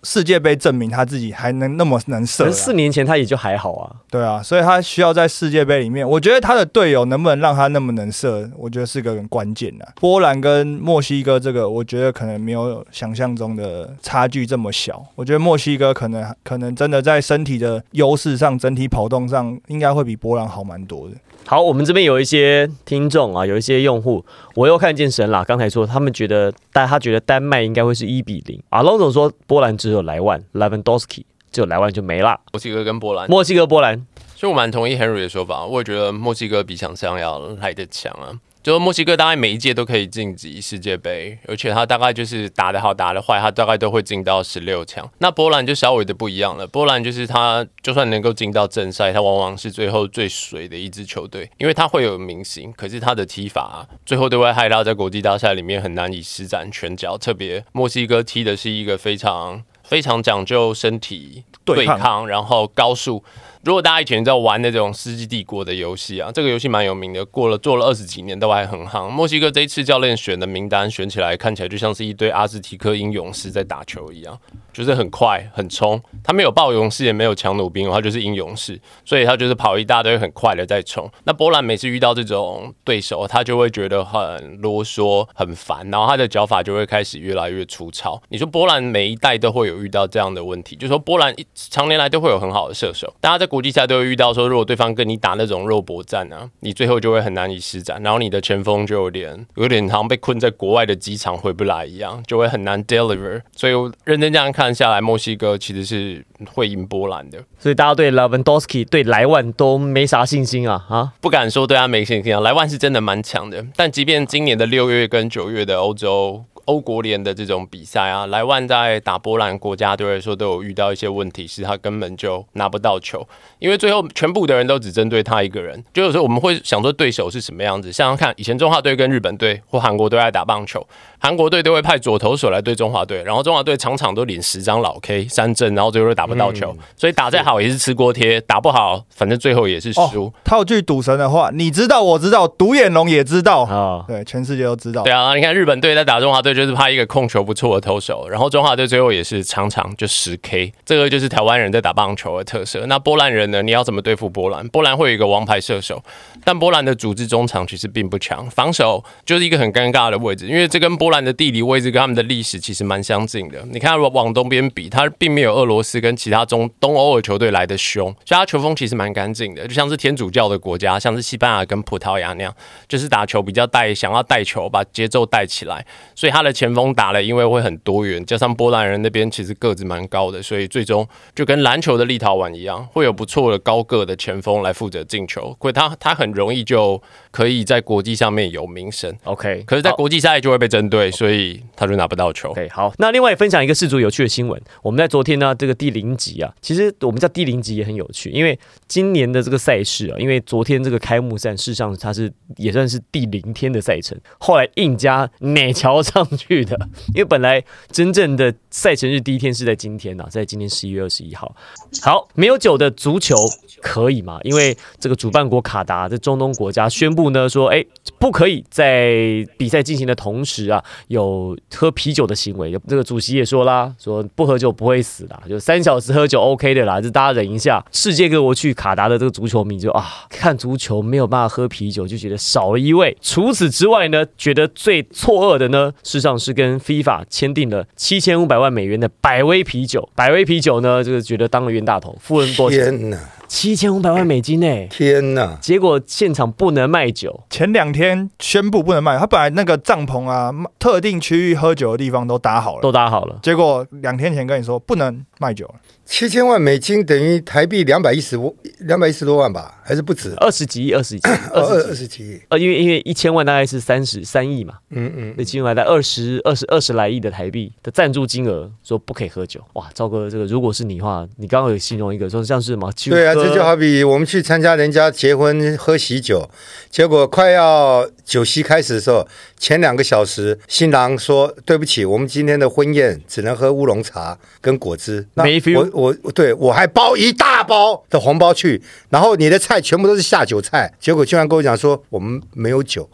S4: 世界杯证明他自己还能那么能射
S1: 可
S4: 啊、
S1: 是四年前他也就还好啊，
S4: 对啊，所以他需要在世界杯里面，我觉得他的队友能不能让他那么能射，我觉得是个很关键的、波兰跟墨西哥这个，我觉得可能没有想象中的差距这么小。我觉得墨西哥可能可能真的在身体的优势上，整体跑动上应该会比波兰好蛮多的。
S1: 好，我们这边有一些听众啊，有一些用户，我又看见神啦。刚才说他们觉得，但他觉得丹麦应该会是一比零。阿龙总说波兰只有莱万 l e v a n d o s k i 只有莱万就没啦。
S3: 墨西哥跟波兰，
S1: 墨西哥波兰
S3: 所以我蛮同意 Henry 的说法，我也觉得墨西哥比想象要来的强啊。就是墨西哥大概每一届都可以晋级世界杯，而且他大概就是打得好打得坏，他大概都会进到十六强。那波兰就稍微的不一样了，波兰就是他就算能够进到正赛，他往往是最后最水的一支球队，因为他会有明星，可是他的踢法、啊、最后都会害到在国际大赛里面很难以施展拳脚。特别墨西哥踢的是一个非常非常讲究身体
S4: 对抗
S3: 然后高速，如果大家以前你知道玩那种《世纪帝国》的游戏啊，这个游戏蛮有名的，过了做了二十几年都还很夯。墨西哥这一次教练选的名单选起来，看起来就像是一堆阿兹提克英勇士在打球一样，就是很快很冲。他没有暴勇士，也没有强弩兵，他就是英勇士，所以他就是跑一大堆很快的在冲。那波兰每次遇到这种对手，他就会觉得很啰嗦、很烦，然后他的脚法就会开始越来越粗糙。你说波兰每一代都会有遇到这样的问题，就说波兰一常年来都会有很好的射手，大家在国际赛都会遇到说，如果对方跟你打那种肉搏战啊，你最后就会很难以施展，然后你的前锋就有点有点好像被困在国外的机场回不来一样，就会很难 deliver。所以我认真这样看下来，墨西哥其实是会赢波兰的。
S1: 所以大家对 Lewandowski 对莱万都没啥信心啊啊！
S3: 不敢说对他没信心啊。莱万是真的蛮强的，嗯但即便今年的六月跟九月的欧洲欧国联的这种比赛啊，莱万在打波兰国家队的时候都有遇到一些问题，是他根本就拿不到球，因为最后全部的人都只针对他一个人。就有时候我们会想说对手是什么样子，想想看，以前中华队跟日本队或韩国队爱打棒球，韩国队都会派左投手来对中华队，然后中华队场场都领十张老 K 三振，然后最后都打不到球，所以打再好也是吃锅贴，打不好反正最后也是输。
S4: 哦，套句赌神的话，你知道，我知道，独眼龙也知道，
S1: 啊
S4: 对，全世界都知道。
S3: 对啊，然后你看日本队在打中华队，就是派一个控球不错的投手，然后中华队最后也是常常就十 K，这个就是台湾人在打棒球的特色。那波兰人呢？你要怎么对付波兰？波兰会有一个王牌射手，但波兰的组织中场其实并不强，防守就是一个很尴尬的位置，因为这跟波兰的地理位置跟他们的历史其实蛮相近的。你看，如果往东边比，它并没有俄罗斯跟其他中东欧的球队来的凶，所以它球风其实蛮干净的，就像是天主教的国家，像是西班牙跟葡萄牙那样，就是打球比较带，想要带球，把节奏带起来。所以他的前锋打了，因为会很多元，加上波兰人那边其实个子蛮高的，所以最终就跟篮球的立陶宛一样，会有不错的高个的前锋来负责进球，所以他他很容易就可以在国际上面有名声。
S1: OK，
S3: 哦可是，在
S1: 好
S3: 国际赛就会被针对，所以他就拿不到球。
S1: OK，好，那另外分享一个氏族有趣的新闻。我们在昨天呢，这个第零集啊，其实我们叫第零集也很有趣，因为今年的这个赛事啊，因为昨天这个开幕战，事实上它是也算是第零天的赛程，后来硬加哪桥上去的， 因为本来真正的赛程日第一天是在今天呐、在今天十一月二十一号。好，没有酒的足球可以吗？因为这个主办国卡达在中东国家宣布呢，说，哎，不可以在比赛进行的同时啊，有喝啤酒的行为。这个主席也说啦，说不喝酒不会死啦，就三小时喝酒 OK 的啦，就大家忍一下。世界各国去卡达的这个足球迷就啊，看足球没有办法喝啤酒，就觉得少了一味。除此之外呢，觉得最错愕的呢，事实上是跟 FIFA 签订了七千五百万美元的百威啤酒。百威啤酒呢，这个觉得当了冤大头，富人多
S2: 天哪，
S1: 七千五百万美金呢、
S2: 天哪！
S1: 结果现场不能卖酒，
S4: 前两天宣布不能卖，他本来那个帐篷啊，特定区域喝酒的地方都搭好了，
S1: 都搭好了。
S4: 结果两天前跟你说不能卖酒了，
S2: 七千万美金等于台币两百一十两百一十多万吧，还是不止？
S1: 二十几亿，二十几亿，
S2: 啊 二
S1: 二十几
S2: 二
S1: 亿。
S2: 十几亿。
S1: 呃，因为因为一千万大概是三十三亿嘛，
S2: 嗯嗯，
S1: 那金额在二十二十二十来亿的台币的赞助金额，说不可以喝酒。哇，赵哥，这个如果是你的话，你刚刚有形容一个说像是什么？
S2: 对啊，
S1: 去喝
S2: 这就好比我们去参加人家结婚喝喜酒，结果快要酒席开始的时候，前两个小时新郎说：“对不起，我们今天的婚宴只能喝乌龙茶跟果汁。”那
S1: 没 feel
S2: 我我我对我还包一大包的红包去，然后你的菜全部都是下酒菜，结果居然跟我讲说我们没有酒，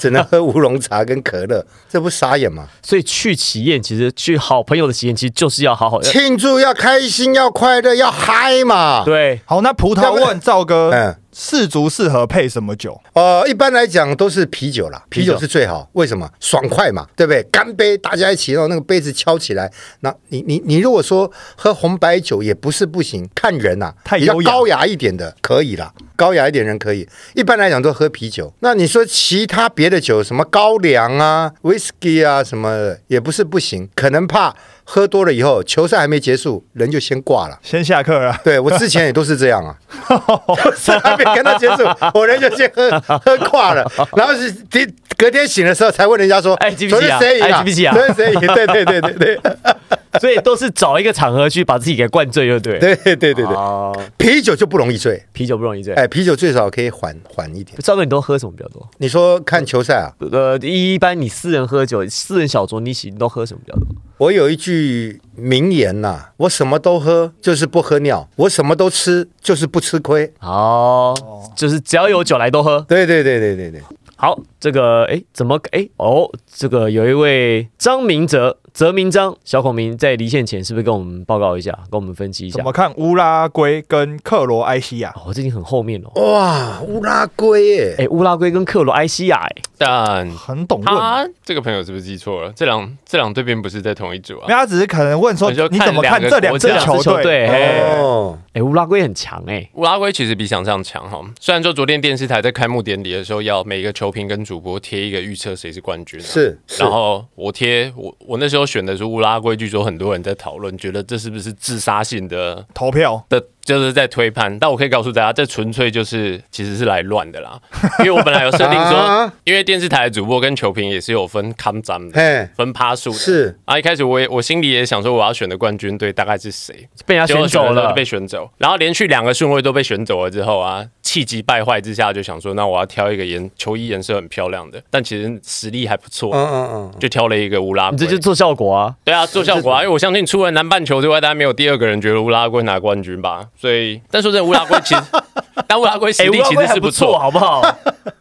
S2: 只能喝乌龙茶跟可乐，这不傻眼吗？
S1: 所以去喜宴，其实去好朋友的喜宴，其实就是要好好的。
S2: 庆祝要开心，要快乐，要嗨 嘛！
S1: 对，
S4: 好，那葡萄问赵哥
S2: 嗯，
S4: 氏族适合配什么酒？
S2: 呃，一般来讲都是啤酒啦，
S1: 啤
S2: 啤
S1: 酒
S2: 酒是最好，为什么？爽快嘛，对不对？干杯，大家一起，然后那个杯子敲起来。那你你你如果说喝红白酒也不是不行，看人呐、
S4: 太
S2: 比较
S4: 优雅
S2: 高雅一点的可以啦，高雅一点人可以。一般来讲都喝啤酒。那你说其他别的酒，什么高粱啊、whisky 啊什么的，也不是不行，可能怕喝多了以后，球赛还没结束，人就先挂了。
S4: 先下课了，
S2: 对我之前也都是这 样啊，就是还没跟他接触，我人就先喝喝挂了，然后是第隔天醒的时候才问人家说，
S1: 哎记不
S2: 昨
S1: 记啊
S2: 天谁赢
S1: 哎记不记啊
S2: 昨天谁赢？对对对 对对
S1: 所以都是找一个场合去把自己给灌醉，就对。
S2: 对对对对，
S1: 哦，
S2: 啤酒就不容易醉，
S1: 啤酒不容易醉。
S2: 哎，啤酒最少可以缓缓一点。
S1: 赵哥，你都喝什么比较多？
S2: 你说看球赛啊？
S1: 呃，一般你私人喝酒，私人小酌，你喜你都喝什么比较多？
S2: 我有一句名言呐、我什么都喝就是不喝尿，我什么都吃就是不吃亏。
S1: 好，
S4: 哦
S1: 就是只要有酒来都喝。
S2: 对对对对对对，
S1: 好，这个哎，怎么哎哦，这个有一位张明哲，泽明章，小孔明在离线前是不是跟我们报告一下，跟我们分析一下
S4: 怎？么看乌拉圭跟克罗埃西亚？
S1: 哦，我这已经很后面了。哦
S2: 哇，啊乌拉圭耶，
S1: 哎，乌拉圭跟克罗埃西亚，哎，
S3: 但
S4: 很懂问，没
S3: 他这个朋友是不是记错了？这两这两队并不是在同一组啊
S4: 有，。他只是可能问说
S3: 你就
S4: 你怎么看
S3: 看
S4: 这两
S3: 两个
S4: 支
S3: 国家
S4: 球
S1: 球
S4: 队？
S1: 队，哎，
S2: 哦，
S1: 哎，乌拉圭很强，哎，
S3: 乌拉圭其实比想象强哈，虽然说昨天电视台在开幕典礼的时候，要每个球评跟主播贴一个预测谁是冠军、啊，
S2: 是是
S3: 然后我贴我我那时候选的是乌拉圭，据说很多人在讨论，觉得这是不是自杀性的
S4: 投票
S3: 的，就是在推判。但我可以告诉大家，这纯粹就是其实是来乱的 啦，因为我本来有设定说
S2: 啊，
S3: 因为电视台的主播跟球评也是有分康站的，
S2: 嘿，
S3: 分趴数的
S2: 是
S3: 啊。一开始我也我心里也想说，我要选的冠军队大概是谁，
S1: 被人家
S3: 结果
S1: 选走
S3: 的时候
S1: 了
S3: 就。被选走，然后连续两个顺位都被选走了之后啊，气急败坏之下就想说，那我要挑一个颜球衣颜色很漂亮的，但其实实力还不错，
S2: 嗯嗯嗯，
S3: 就挑了一个乌拉
S1: 你
S3: 圭。
S1: 这就是做效果啊！
S3: 对啊，做效果啊，因为我相信除了南半球之外，大家没有第二个人觉得乌拉圭拿冠军吧？所以，但说真的，乌拉圭其实， 但乌拉圭实
S1: 哎，乌
S3: 力
S1: 拉
S3: 其
S1: 圭
S3: 实
S1: 还
S3: 是
S1: 不
S3: 错
S1: 错，。好不好？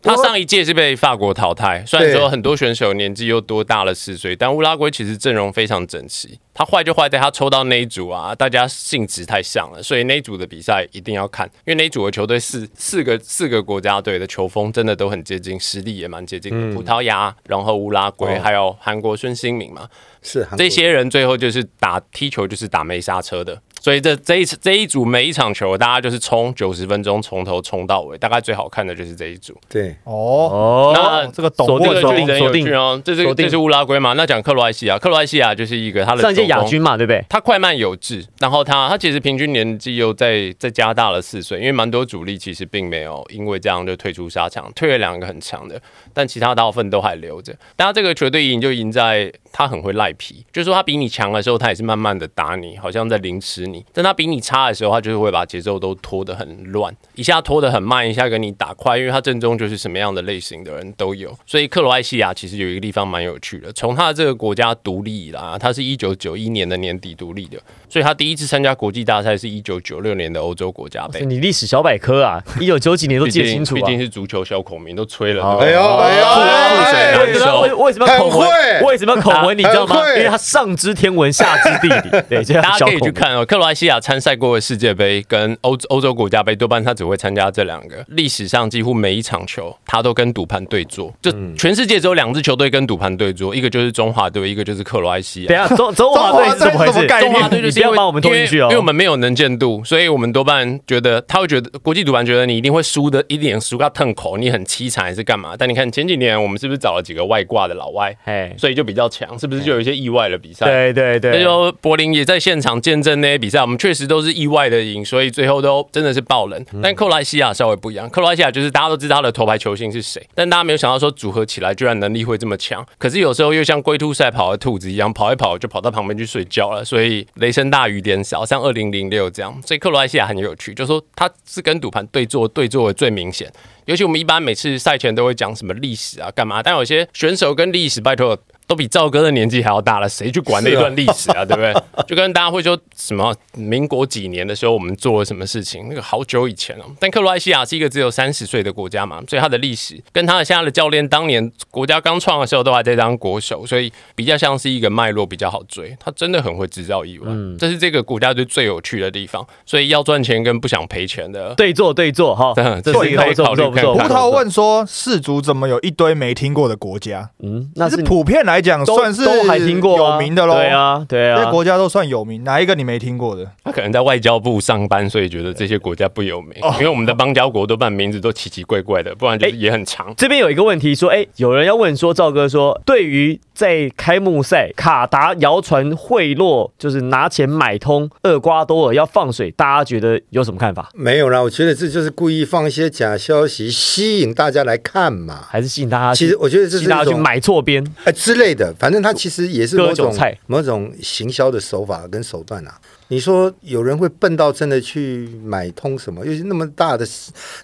S3: 他上一届是被法国淘汰，虽然
S2: 对
S3: 说很多选手年纪又多大了四岁，但乌拉圭其实阵容非常整齐。他坏就坏在他抽到那一组啊，大家性质太像了，所以那一组的比赛一定要看，因为那一组的球队四四个四个国家队的球风真的都很接近，实力也蛮接近的。葡萄牙，然后乌拉圭，
S2: 嗯哦
S3: 还有韩国孙兴民嘛，
S2: 是韩国
S3: 这些人最后就是打踢球就是打没刹车的。所以这这一这一组每一场球，大家就是冲九十分钟，从头冲到尾，大概最好看的就是这一组。
S2: 对，
S4: 哦，
S1: 哦
S3: 那
S4: 这个懂
S1: 锁
S3: 这
S1: 定
S3: 个
S1: 锁
S3: 就
S1: 定
S3: 很
S1: 锁
S3: 有趣
S1: 定，
S3: 哦，这
S1: 锁
S3: 是
S1: 定
S3: 这是乌拉圭嘛？那讲克罗埃西亚，克罗埃西亚就是一个他的
S1: 上一届
S3: 中锋
S1: 亚，军嘛，对不对？
S3: 他快慢有致，然后他他其实平均年纪又再再加大了四岁，因为蛮多主力其实并没有因为这样就退出沙场，退了两个很强的，但其他大部分都还留着。但他这个球队赢就赢在他很会赖皮，就是说他比你强的时候，他也是慢慢的打你，好像在凌迟你；但他比你差的时候，他就是会把节奏都拖得很乱，一下拖得很慢，一下跟你打快，因为他正中就是什么样的类型的人都有。所以克罗埃西亚其实有一个地方蛮有趣的，从他的这个国家独立以来啊，他是一九九一年的年底独立的，所以他第一次参加国际大赛是一九九六年的欧洲国家杯。
S1: 哦你历史小百科啊，一九九几年都
S3: 毕
S1: 记得
S3: 竟
S1: 清楚哦
S3: 毕
S1: 啊。
S3: 竟是足球小孔明都吹了，
S1: 好
S3: 对不对
S2: 哎呦哎呦，
S3: 哎
S2: 哎
S1: 对那为为什么要口
S2: 很会
S1: 吻？为什么要口吻？你知道吗
S2: 很？会
S1: 因为他上知天文，下知地理，对，这
S3: 大
S1: 样
S3: 家
S1: 小
S3: 可以
S1: 口
S3: 去。看哦，克罗埃西亚参赛过的世界杯跟欧欧洲国家杯，多半他只会参加这两个。历史上几乎每一场球，他都跟赌盘对坐，就
S1: 嗯
S3: 全世界只有两支球队跟赌盘对坐，一个就是中华队，一个就是克罗埃西
S1: 等
S3: 亚。
S1: 一下，中中华队是怎么回
S2: 中
S1: 事
S2: 华队是什么？概
S3: 中
S2: 念
S3: 华队就
S1: 你不
S3: 是因
S1: 要
S3: 为
S1: 把我们拖进去哦
S3: 因为，因为我们没有能见度，所以我们多半觉得他会觉得国际赌盘觉得你一定会输的，一点输到痛口，你很凄惨还是干嘛？但你看前几年我们是不是找了几个外挂的老外，
S1: 哎，
S3: 所以就比较强，是不是就有一些意外的比赛？
S1: 对对
S3: 那
S1: 对，
S3: 就柏林也在现场见证那些比赛，我们确实都是意外的赢，所以最后都真的是爆冷。但克罗埃西亚稍微不一样，克罗埃西亚就是大家都知道他的头牌球星是谁，但大家没有想到说组合起来居然能力会这么强。可是有时候又像龟兔赛跑的兔子一样，跑一跑就跑到旁边去睡觉了，所以雷声大雨点小，像二零零六这样。所以克罗埃西亚很有趣，就说他是跟赌盘对坐，对坐的最明显。尤其我们一般每次赛前都会讲什么历史啊，干嘛？但有些选手跟历史，拜托。都比赵哥的年纪还要大了，谁去管那段历史啊？对不对？就跟大家会说什么民国几年的时候我们做了什么事情，那个好久以前了、哦但克罗埃西亚是一个只有三十岁的国家嘛，所以他的历史跟他的现在的教练当年国家刚创的时候都还在当国手，所以比较像是一个脉络比较好追。他真的很会制造意外，这是这个国家队最有趣的地方。所以要赚钱跟不想赔钱的，
S1: 对坐对坐哈，
S3: 嗯
S1: 这是一个
S3: 对
S1: 不错不错不错。
S3: 可以考虑看看
S4: 葡
S1: 不
S4: 萄
S1: 错，
S4: 问说氏族怎么有一堆没听过的国家？
S1: 嗯，那
S4: 但
S1: 是
S4: 是
S1: 你
S4: 普遍来讲
S1: 都
S4: 算是
S1: 都还听过啊
S4: 有名的喽。
S1: 对，啊对
S4: 这些
S1: 啊，
S4: 国家都算有名，哪一个你没听过的？
S3: 他可能在外交部上班，所以觉得这些国家不有名，因为我们的邦交国多半名字都奇奇怪怪的，不然就是也很长。
S1: 这边有一个问题说，哎、有人要问说，赵哥说，对于在开幕赛卡达谣传贿赂，就是拿钱买通厄瓜多尔要放水，大家觉得有什么看法？
S2: 没有啦，我觉得这就是故意放一些假消息吸引大家来看嘛。
S1: 还是啊吸引大家去？
S2: 其实我觉得这是
S1: 吸
S2: 一
S1: 引大家去
S2: 种
S1: 买错边，
S2: 哎之类的，反正他其实也是
S1: 割
S2: 某
S1: 韭
S2: 种
S1: 菜
S2: 某种行销的手法跟手段啊。你说有人会笨到真的去买通什么？尤其那么大的、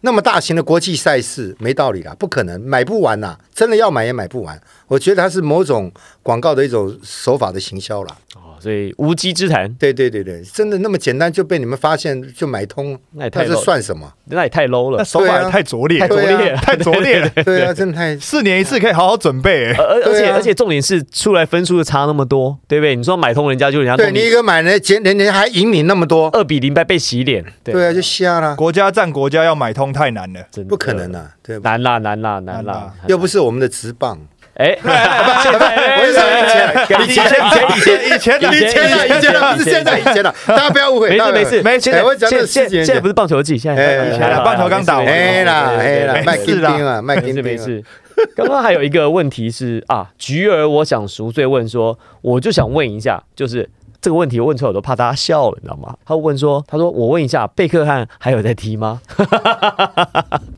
S2: 那么大型的国际赛事，没道理啦，不可能买不完呐！真的要买也买不完。我觉得它是某种广告的一种手法的行销啦。
S1: 哦，所以无稽之谈，
S2: 对对对对，真的那么简单就被你们发现就买通，
S1: 那也太
S2: 那
S1: low，
S2: 这算什么？
S1: 那也太 low
S4: 那
S1: 了，
S4: 手法也太拙劣了，
S1: 啊太拙
S2: 对啊
S1: 劣了，
S4: 太拙 劣了。
S2: 对啊，真的太
S4: 四年一次可以好好准备、欸，
S1: 而而而
S2: 对
S1: 且、
S2: 啊
S1: 而且重点是出来分数的差那么多，对不对？你说买通人家就人家
S2: 对
S1: 弄
S2: 你一个买了，人人家还赢你那么多，
S1: 二比零败被洗脸，对，
S2: 对啊，就瞎啦，
S4: 国家战国家要买通太难了。
S1: 真的
S2: 不可能啊，对吧？
S1: 难啦难啦难
S4: 难
S1: 啦
S4: 啦，
S2: 又不是我们的直棒，
S1: 哎，现在
S2: 我是说以前，以前，以前，以
S4: 以前
S2: 前啊，以前啊，不是现在，以前啊，大家不要误会，
S1: 没
S2: 大
S1: 事
S2: 家
S1: 没
S2: 不要误
S1: 事
S2: 会，
S1: 没现
S2: 哎我
S1: 在
S2: 讲
S1: 现
S2: 的
S1: 现
S2: 事情
S1: 现在不是棒球季，现在
S2: 哎以前啊
S4: 棒球刚打完
S2: 哎啦哎啦，卖
S1: 是
S2: 金
S4: 啦
S2: 兵啊，卖
S1: 没
S2: 金
S1: 事没
S2: 兵啊，
S1: 事。刚刚还有一个问题是啊，菊儿，我想赎罪问说，我就想问一下，就是这个问题我问出来我都怕大家笑了，你知道吗？他问说，他说我问一下，贝克汉还有在踢吗？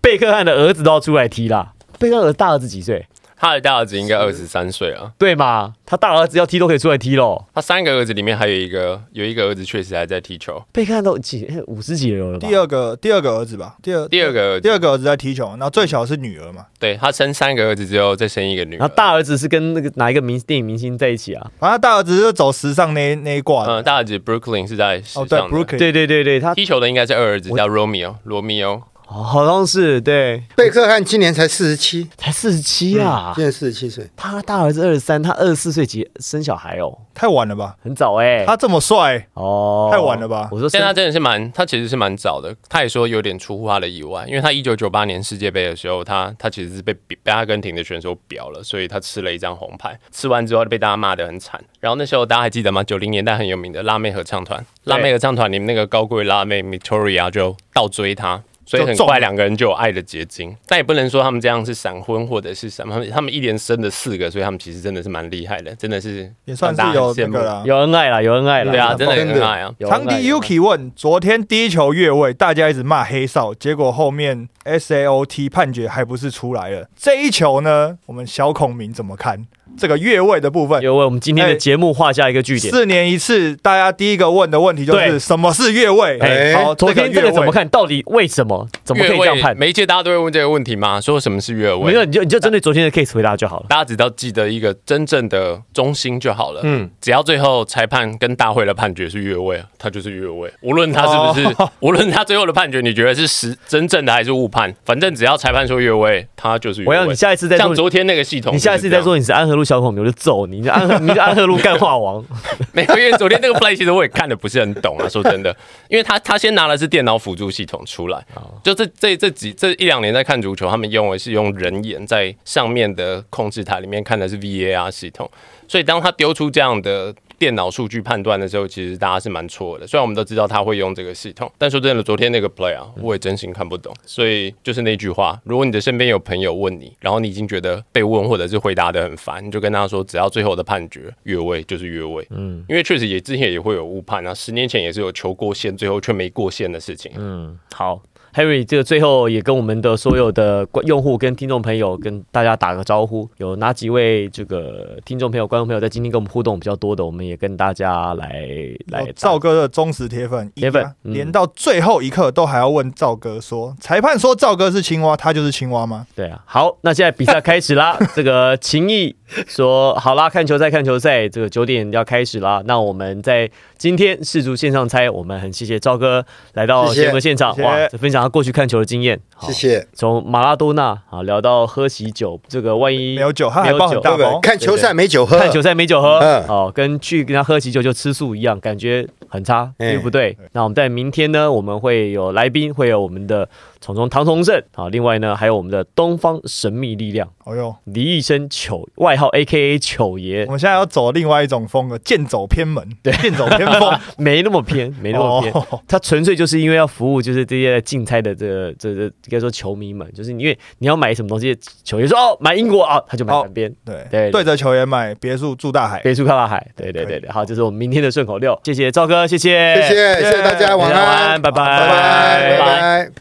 S1: 贝克汉的儿子都要出来踢啦。贝克汉的大儿子几岁？
S3: 他的大儿子应该二十三岁啊了，
S1: 对嘛？他大儿子要踢都可以出来踢喽。
S3: 他三个儿子里面还有一个有一个儿子确实还在踢球，
S1: 贝克汉都几哎五十几了了吧？
S4: 第二个第二个儿子吧，第二
S3: 第二个儿
S4: 第
S3: 子
S4: 二个儿子在踢球，然后最小是女儿嘛，
S3: 对他生三个儿子之后再生一个女
S1: 然
S3: 儿
S1: 后，大儿子是跟那个哪一个明电影明星在一起啊？
S4: 反正大儿子就走时尚那那一挂的。
S2: 呃
S3: 嗯，大儿子 Brooklyn 是在时
S4: 哦，
S3: 尚
S4: 对
S3: 的
S4: ，Brooklyn，
S1: 对对对对，他
S3: 踢球的应该是二儿子叫 Romeo 罗密欧，
S1: 哦好像是对，
S2: 贝克汉今年才四十七，
S1: 才四十七啊
S2: 今，年四十七岁，
S1: 他大儿子二十三，他二十四岁结生小孩哦，
S4: 太晚了吧？
S1: 很早哎、
S4: 他这么帅，
S1: 哦，
S4: 太晚了吧
S1: 我说
S3: 但
S1: 生
S3: 他真的是蛮，他其实是蛮早的。他也说有点出乎他的意外，因为他一九九八年世界杯的时候，他他其实是被比被阿根廷的选手表了，所以他吃了一张红牌。吃完之后被大家骂得很惨。然后那时候大家还记得吗？九零年代很有名的辣妹合唱团，辣妹合唱团里面那个高贵辣妹 Victoria 就倒追他。所以很
S4: 就中
S3: 快
S4: 了
S3: 两个人就有爱的结晶，但也不能说他们这样是闪婚或者是什么，他们他们一连生了四个，所以他们其实真的是蛮厉害的，真的是
S4: 也算是
S3: 让大家
S4: 有
S3: 很
S4: 那
S3: 羡慕
S4: 个。啦。
S1: 有恩爱啦，有恩爱啦，
S3: 对啊，真的
S2: 真的
S3: 很爱啊。
S1: 有恩爱
S4: 长笛 Yuki 问：昨天第一球越位，大家一直骂黑哨，结果后面 SAOT 判决还不是出来了？这一球呢，我们小孔明怎么看这个越位的部分？
S1: 有为我们今天的节目画下一个句点。
S4: 四年一次，大家第一个问的问题就
S1: 对
S4: 是什么是越位？
S1: 哎
S4: 好，
S1: 昨天这
S4: 越
S1: 个
S4: 位
S1: 怎么？看？到底为什么？怎么可以这样判？
S3: 每一届大家都会问这个问题吗？说什么是越
S1: 没有，
S3: 位？
S1: 你就你就针对昨天的 case 回答就好了。
S3: 大家只要记得一个真正的中心就好了。
S2: 嗯
S3: 嗯，只要最后裁判跟大会的判决是越位，啊他就是越位。无论他是不
S1: 哦
S3: 是， 无论他最后的判决，你觉得是实真正的还是误判，反正只要裁判说越位，他就是越
S1: 我
S3: 位。
S1: 要你下一次再
S3: 像
S1: 说，
S3: 昨天那个系统，
S1: 你下一次再说，你是安和路小孔明，我就揍你。你是安和，你是安和路干化 王。
S3: 没有，因为昨天那个 play 其实我也看的不是很懂啊，说真的，因为他他先拿的是电脑辅助系统出来，就这这这几这一两年在看足球，他们用的是用人眼在上面的控制台里面看的是 VAR 系统，所以当他丢出这样的。电脑数据判断的时候，其实大家是蛮错的。虽然我们都知道他会用这个系统，但说真的，昨天那个 play 啊，我也真心看不懂。所以就是那句话，如果你的身边有朋友问你，然后你已经觉得被问或者是回答的很烦，你就跟他说，只要最后的判决越位就是越位。
S1: 嗯
S3: 因为确实也之前也会有误判啊，十年前也是有球过线，最后却没过线的事情。
S1: 嗯，好，Harry，这个最后也跟我们的所有的观用户跟听众朋友跟大家打个招呼，有哪几位这个听众朋友、观众朋友在今天跟我们互动比较多的，我们也跟大家来来
S4: 哦赵哥的忠实铁粉，
S1: 铁粉
S4: 一啊
S1: 嗯
S4: 连到最后一刻都还要问赵哥说：裁判说赵哥是青蛙，他就是青蛙吗？
S1: 对啊，好，那现在比赛开始啦。这个秦毅说：“好啦，看球赛，看球赛，这个九点要开始啦。”那我们在今天世足线上猜，我们很谢谢赵哥来到
S2: 谢谢
S1: 节目现场，
S4: 谢谢
S1: 哇，分享他过去看球的经验。好
S2: 谢，谢。
S1: 从马拉多纳啊聊到喝喜酒，这个万一
S4: 没有酒，他
S1: 没
S4: 还
S1: 有
S4: 包很
S1: 酒
S4: 大
S2: 对不对
S4: 包？。
S2: 看球赛没酒喝，
S1: 看球赛没酒喝，
S2: 嗯
S1: 哦，跟去跟他喝喜酒就吃素一样，感觉很差，
S2: 嗯
S1: 对不对？
S4: 哎
S1: 那我们在明天呢，我们会有来宾，会有我们的虫虫唐崇盛啊，另外呢还有我们的东方神秘力量
S4: 哦哟，
S1: 李医生糗，外号 A K A 糗爷
S4: 我，们现在要走另外一种风格，剑走偏门，对，剑走偏锋，
S1: 没那么偏，没那么偏。
S4: 哦
S1: 他纯粹就是因为要服务，就是这些竞猜的这个这这应该说球迷们，就是因为你要买什么东西，球爷说哦买英国啊，他就买
S4: 好
S1: 南边，
S4: 对
S1: 对
S4: 对，对着球员买别墅住大海，
S1: 北出看大海，对对对对，好，这是我们明天的顺口溜，谢谢赵哥，谢谢，
S2: 谢谢谢谢大家，
S1: 晚
S2: 晚安，
S1: 安，拜拜，
S2: 拜拜，拜拜。